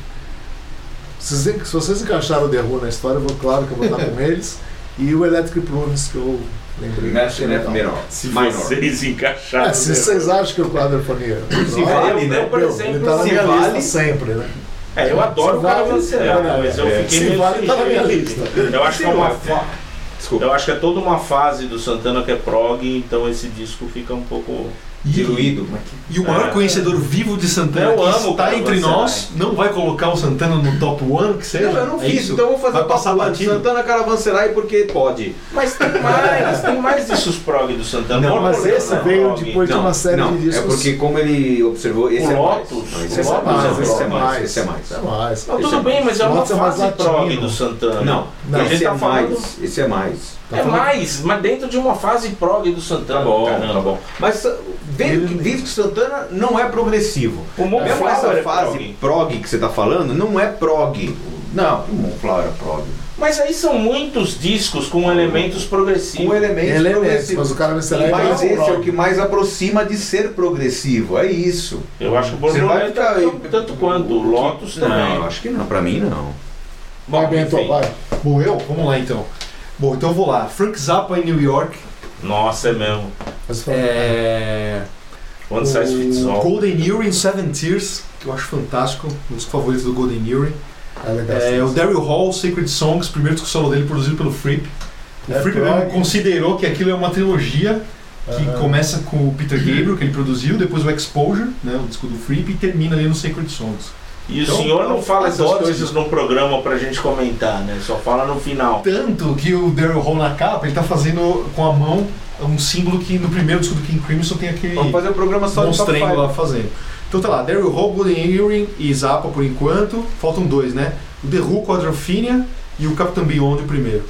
Speaker 5: Se vocês, se vocês encaixaram o The Who na história, eu vou, claro que eu vou estar com eles. E o Electric Prunes, que eu lembrei.
Speaker 2: Mexe, né?
Speaker 5: Legal.
Speaker 2: Menor.
Speaker 6: Então, Se
Speaker 2: Minor.
Speaker 6: vocês encaixaram.
Speaker 5: É, se vocês acham que o é quadrofonia.
Speaker 6: Se vale, né? Por
Speaker 5: Ele
Speaker 6: exemplo,
Speaker 5: tá na
Speaker 6: se
Speaker 5: minha lista
Speaker 6: vale.
Speaker 5: sempre, né?
Speaker 6: É, eu adoro
Speaker 5: Se
Speaker 6: o cara
Speaker 5: vale,
Speaker 6: Vanzeral,
Speaker 5: é,
Speaker 6: mas eu
Speaker 5: é.
Speaker 6: fiquei
Speaker 5: Se
Speaker 6: meio
Speaker 5: vale, tá na minha
Speaker 6: sujeito. Eu acho que é uma fa-
Speaker 2: Desculpa.
Speaker 6: Eu acho que é toda uma fase do Santana que é prog, então esse disco fica um pouco.
Speaker 2: Diluído.
Speaker 4: E o maior
Speaker 6: É.
Speaker 4: conhecedor vivo de Santana
Speaker 6: Eu
Speaker 4: que
Speaker 6: amo,
Speaker 4: está
Speaker 6: cara,
Speaker 4: entre
Speaker 6: você
Speaker 4: nós, não vai colocar o Santana no top 1, que seja?
Speaker 2: Não, eu não
Speaker 4: É
Speaker 2: fiz,
Speaker 4: isso?
Speaker 2: então eu vou fazer
Speaker 4: Vai passar
Speaker 2: papo-
Speaker 4: batido.
Speaker 2: Santana Caravanserai porque pode.
Speaker 6: Mas tem mais, tem mais discos prog do Santana.
Speaker 5: Não,
Speaker 6: Olha
Speaker 5: mas
Speaker 6: o Lotus
Speaker 5: esse
Speaker 6: é
Speaker 5: veio
Speaker 6: prog.
Speaker 5: depois de uma série
Speaker 2: não,
Speaker 5: de discos.
Speaker 2: É porque como ele observou, esse
Speaker 6: O
Speaker 2: é mais.
Speaker 6: Lotus,
Speaker 2: Não,
Speaker 6: o
Speaker 2: esse é
Speaker 6: Lotus
Speaker 2: mais.
Speaker 6: é Tá
Speaker 2: Esse é
Speaker 6: prog.
Speaker 2: mais. Esse é mais.
Speaker 5: É mais.
Speaker 6: Não,
Speaker 2: Esse é
Speaker 6: tudo bem, mas é uma
Speaker 5: Lotus é mais
Speaker 6: fase prog
Speaker 5: latino.
Speaker 6: do Santana.
Speaker 2: Não,
Speaker 5: Não,
Speaker 2: esse
Speaker 6: ele
Speaker 2: é
Speaker 6: tá falando-
Speaker 2: mais. Esse é mais.
Speaker 5: Tá
Speaker 6: é
Speaker 5: falando-
Speaker 6: mais, mas dentro de uma fase prog do Santana.
Speaker 2: Tá bom,
Speaker 6: caramba.
Speaker 2: tá bom. Mas uh, vendo
Speaker 5: Ele-
Speaker 2: que, visto que Santana não é progressivo.
Speaker 6: O Mon
Speaker 2: Mesmo essa
Speaker 6: Flower é
Speaker 2: fase
Speaker 6: prog.
Speaker 2: prog. que você tá falando, não é prog. Não, o Monflower é prog.
Speaker 6: Mas aí são muitos discos com elementos progressivos.
Speaker 2: Com elementos
Speaker 5: Elementos, mas
Speaker 2: progressivos.
Speaker 5: o tá cara vai ser
Speaker 2: Mas esse é o que mais aproxima de ser progressivo, é isso.
Speaker 6: Eu acho que o
Speaker 2: Você vai
Speaker 6: Borboleta
Speaker 2: ficar
Speaker 6: tanto,
Speaker 2: aí-
Speaker 6: tanto quanto, o Lotus também.
Speaker 2: Não, acho que não, pra mim não.
Speaker 6: Bom,
Speaker 5: Bento,
Speaker 6: enfim.
Speaker 5: vai.
Speaker 4: Bom, eu? Vamos lá então. Bom, então eu vou lá. Frank Zappa em New York.
Speaker 6: Nossa, é mesmo.
Speaker 5: Mas fala-
Speaker 4: É...
Speaker 6: One Size Fits
Speaker 4: o
Speaker 6: All.
Speaker 4: Golden Earring, Seven Tears, que eu acho fantástico. Um dos favoritos do Golden Earring.
Speaker 5: É legal.
Speaker 4: É, o Daryl Hall, Sacred Songs, primeiro disco solo dele produzido pelo Fripp. O
Speaker 5: É
Speaker 4: Fripp
Speaker 5: prog.
Speaker 4: mesmo considerou que aquilo é uma trilogia que
Speaker 5: Aham.
Speaker 4: começa com o Peter Gabriel, que ele produziu, depois o Exposure, né, o disco do Fripp, e termina ali no Sacred Songs.
Speaker 6: E o
Speaker 4: Então,
Speaker 6: senhor não fala essas
Speaker 4: adoro
Speaker 6: coisas no programa pra gente comentar, né? Só fala no final.
Speaker 4: Tanto que o Daryl Hall na capa, ele tá fazendo com a mão um símbolo que no primeiro disco do King Crimson tem aquele
Speaker 2: Vamos fazer um programa só de top
Speaker 4: monstrengo
Speaker 2: five.
Speaker 4: lá fazendo. Então tá lá, Daryl Hall, Golden Earring e Zappa por enquanto. Faltam dois, né? O The Who, Quadrophenia e o Captain Beyond o primeiro.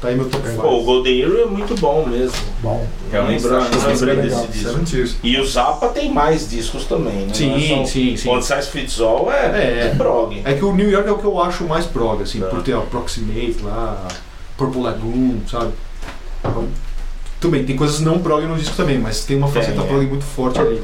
Speaker 4: Tá aí meu top five.
Speaker 6: Pô, o Golden Hero é muito bom mesmo.
Speaker 5: Bom,
Speaker 6: Realmente
Speaker 2: Lembra-
Speaker 6: acho que eu
Speaker 5: acho
Speaker 6: lembrei
Speaker 5: bem
Speaker 6: desse
Speaker 5: legal.
Speaker 6: disco.
Speaker 4: Seven Tears.
Speaker 6: E o Zappa tem mais discos também, né? Não é só-
Speaker 4: sim,
Speaker 6: One Size Fits All é,
Speaker 4: É.
Speaker 6: prog.
Speaker 4: É que o New York é o que eu acho mais prog, assim,
Speaker 6: Tá.
Speaker 4: por ter Approximate lá, Purple Lagoon, sabe? Tudo bem, tem coisas não prog no disco também, mas tem uma faceta
Speaker 6: Tem, é.
Speaker 4: prog muito forte ali.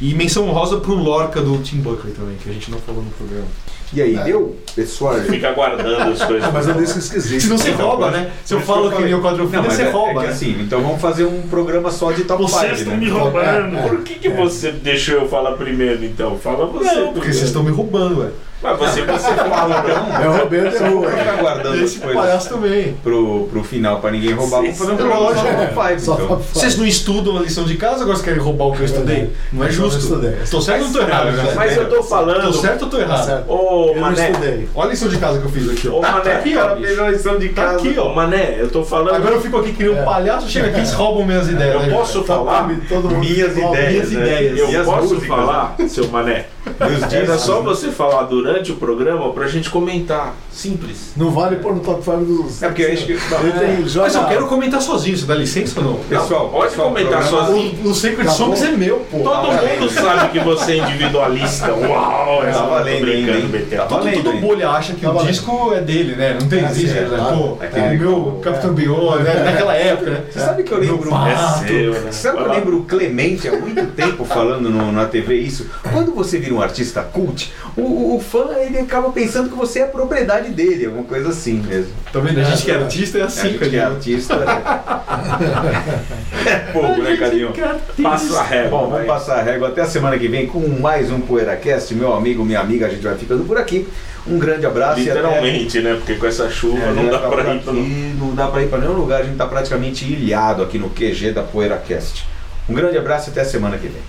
Speaker 4: E menção rosa pro Lorca do Tim Buckley também, que a gente não falou no programa.
Speaker 2: E aí,
Speaker 5: É.
Speaker 2: deu? Pessoal,
Speaker 6: Fica guardando as coisas.
Speaker 5: Ah, mas é um disco esquisito.
Speaker 4: Se não se rouba, né? Se
Speaker 2: Por isso
Speaker 4: eu
Speaker 2: que
Speaker 4: falo
Speaker 2: eu
Speaker 4: que
Speaker 2: falei.
Speaker 4: nem o quadrofilho,
Speaker 2: mas
Speaker 4: você
Speaker 2: é,
Speaker 4: rouba.
Speaker 2: é que
Speaker 4: né?
Speaker 2: assim, então vamos fazer um programa só de top
Speaker 6: Vocês
Speaker 2: 5,
Speaker 6: estão
Speaker 2: né?
Speaker 6: tá me roubando.
Speaker 5: É, é.
Speaker 6: Por que, que você deixou eu falar primeiro, então? Fala você.
Speaker 4: Não, porque vocês estão me roubando, ué.
Speaker 6: Mas você, você fala, então. não.
Speaker 5: É o Roberto
Speaker 2: Você
Speaker 5: é
Speaker 2: não vai
Speaker 5: o
Speaker 2: ficar guardando as
Speaker 4: Esse
Speaker 2: coisas
Speaker 4: palhaço também.
Speaker 2: pro, pro final pra ninguém roubar. Vamos fazer um
Speaker 6: Sim,
Speaker 2: programa só
Speaker 5: lógico,
Speaker 2: de top 5,
Speaker 5: Só
Speaker 2: então.
Speaker 4: Vocês não estudam a lição de casa, agora vocês querem roubar o que eu estudei? Não é
Speaker 5: Eu não
Speaker 4: justo.
Speaker 5: estudei.
Speaker 4: Tô certo ou tô errado?
Speaker 5: Mas-
Speaker 4: né?
Speaker 6: Mas eu tô
Speaker 4: Tô
Speaker 6: falando.
Speaker 4: certo ou tô
Speaker 5: Tá
Speaker 4: errado?
Speaker 5: certo.
Speaker 6: Ô,
Speaker 5: Eu não
Speaker 6: Mané.
Speaker 5: estudei.
Speaker 4: Olha a lição de casa que eu fiz aqui, ó.
Speaker 2: Ah,
Speaker 6: Ô, Mané.
Speaker 4: Tá aqui, ó,
Speaker 6: cara,
Speaker 4: bicho.
Speaker 6: fez a lição de
Speaker 4: Tá
Speaker 6: casa.
Speaker 4: aqui, ó.
Speaker 6: Ô, Mané, eu tô falando.
Speaker 4: Agora eu fico aqui que nem um
Speaker 5: É.
Speaker 4: palhaço, chega aqui eles roubam minhas ideias.
Speaker 6: eu
Speaker 4: né,
Speaker 6: posso
Speaker 4: cara?
Speaker 6: falar
Speaker 5: Todo mundo é
Speaker 6: minhas
Speaker 5: igual,
Speaker 6: ideias.
Speaker 4: minhas
Speaker 6: né?
Speaker 4: ideias.
Speaker 6: é, Eu
Speaker 2: E as
Speaker 6: posso
Speaker 2: músicas,
Speaker 6: falar, seu Mané.
Speaker 2: E os
Speaker 6: Era
Speaker 2: discos,
Speaker 6: só você falar durante o programa pra gente comentar. Simples.
Speaker 5: Não vale pôr no top 5 dos.
Speaker 2: É porque eu acho que.
Speaker 5: Ele tem, joga,
Speaker 4: Mas eu quero comentar sozinho, você dá licença ou não?
Speaker 2: Pessoal,
Speaker 6: pode
Speaker 2: pessoal,
Speaker 6: comentar
Speaker 2: programa-
Speaker 6: sozinho.
Speaker 4: O, o Secret
Speaker 5: Tá
Speaker 4: Songs
Speaker 5: bom.
Speaker 4: é meu, pô.
Speaker 6: Todo
Speaker 2: valendo.
Speaker 6: mundo sabe que você é individualista. Uau,
Speaker 2: Tá
Speaker 6: eu tô
Speaker 2: valendo ainda,
Speaker 6: brincando,
Speaker 2: hein?
Speaker 6: Betel.
Speaker 2: Tá
Speaker 4: Todo,
Speaker 2: valendo,
Speaker 4: todo
Speaker 2: hein?
Speaker 4: bolha acha que
Speaker 5: Tá
Speaker 4: o
Speaker 5: valendo.
Speaker 4: disco é dele, né? Não tem
Speaker 5: Ah,
Speaker 4: isso,
Speaker 5: sim,
Speaker 4: né?
Speaker 5: claro.
Speaker 4: Pô,
Speaker 2: Aquele-
Speaker 4: é meu Capitão Beyond, né? Naquela época, né?
Speaker 2: Você sabe que eu lembro.
Speaker 4: Meu pai.
Speaker 6: É seu, né?
Speaker 2: Sabe que eu
Speaker 6: Vai lá.
Speaker 2: lembro o Clemente há muito tempo falando no- na TV isso? Quando você vira um artista cult, o, o- o fã ele acaba pensando que você é a propriedade dele, alguma coisa assim mesmo.
Speaker 4: Tá vendo? A gente que é artista é
Speaker 2: A
Speaker 4: assim,
Speaker 2: gente que é
Speaker 4: cara.
Speaker 2: artista. é- É pouco, né, Cadinho?
Speaker 6: Passa a régua.
Speaker 2: Bom, vamos passar a régua até a semana que vem com mais um PoeiraCast. Meu amigo, minha amiga, a gente vai ficando por aqui. Um grande abraço e até.
Speaker 6: Literalmente, né? Porque com essa chuva
Speaker 2: É,
Speaker 6: não
Speaker 2: já
Speaker 6: dá
Speaker 2: tá
Speaker 6: pra um- ir
Speaker 2: aqui,
Speaker 6: pra não.
Speaker 2: Não dá pra ir pra nenhum lugar, a gente tá praticamente ilhado aqui no QG da PoeiraCast. Um grande abraço e até a semana que vem.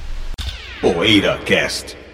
Speaker 7: Poeira Cast.